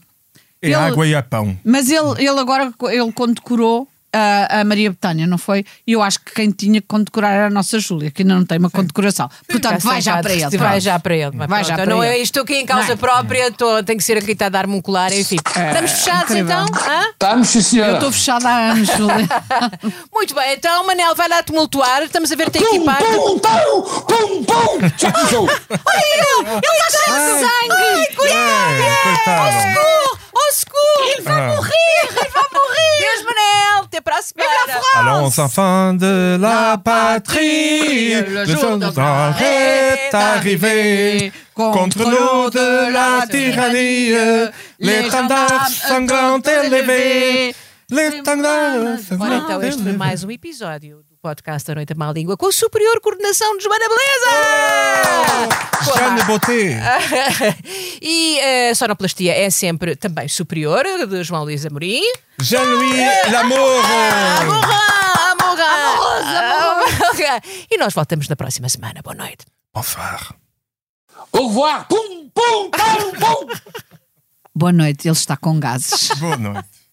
S3: é
S2: Ele-
S3: água e é pão.
S2: Mas ele, ele agora, ele condecorou a, a Maria Betânia, não foi? E eu acho que quem tinha que condecorar era a nossa Júlia, que ainda não tem uma condecoração. Portanto, vai já para ele.
S4: é Vai
S2: pronto.
S4: já para ele.
S2: Vai
S4: Pronto,
S2: já para
S4: não
S2: ele.
S4: é isto aqui em causa
S2: Vai.
S4: própria, tô, tenho que ser aqui a dar-me um colar, enfim. Estamos fechados
S2: incrível.
S4: então? Hã?
S1: Estamos, sim
S2: Eu
S1: Tá, senhora.
S2: estou fechada há anos, Júlia.
S4: Muito bem, então, Manel, vai lá tumultuar. Estamos a ver é tem
S1: Pum,
S4: equipar.
S1: pum, pum, pum, pum. Já começou.
S4: Ele está cheio de sangue! Ai,
S3: É, coitado.
S4: Socorro! Oh, socorro! Ele vai
S3: Ah.
S4: morrer! Ele vai morrer! Deus, Manel! Até para a semana!
S3: Allons enfants de la patrie, le jour de gloire est arrivé. Contre nous de la tyrannie, l'étendard sangrant est levé. L'étendard
S4: Ora
S3: sangrant
S4: então,
S3: est
S4: este foi
S3: levé.
S4: mais um episódio do podcast da Noite da Má Língua com a superior coordenação de Joana Beleza! Com a
S3: Jeanne
S4: Mar-
S3: Beauté.
S4: e eh, a sonoplastia é sempre também superior, de João Luís Amorim.
S3: Jean-Louis ah, Lamour.
S4: Amorra! Amorra! Amorra! Ah, E nós voltamos na próxima semana. Boa noite.
S3: Bonsoir.
S1: Au revoir. Pum, pum, pum, pum.
S2: Boa noite, ele está com gases.
S3: Boa noite.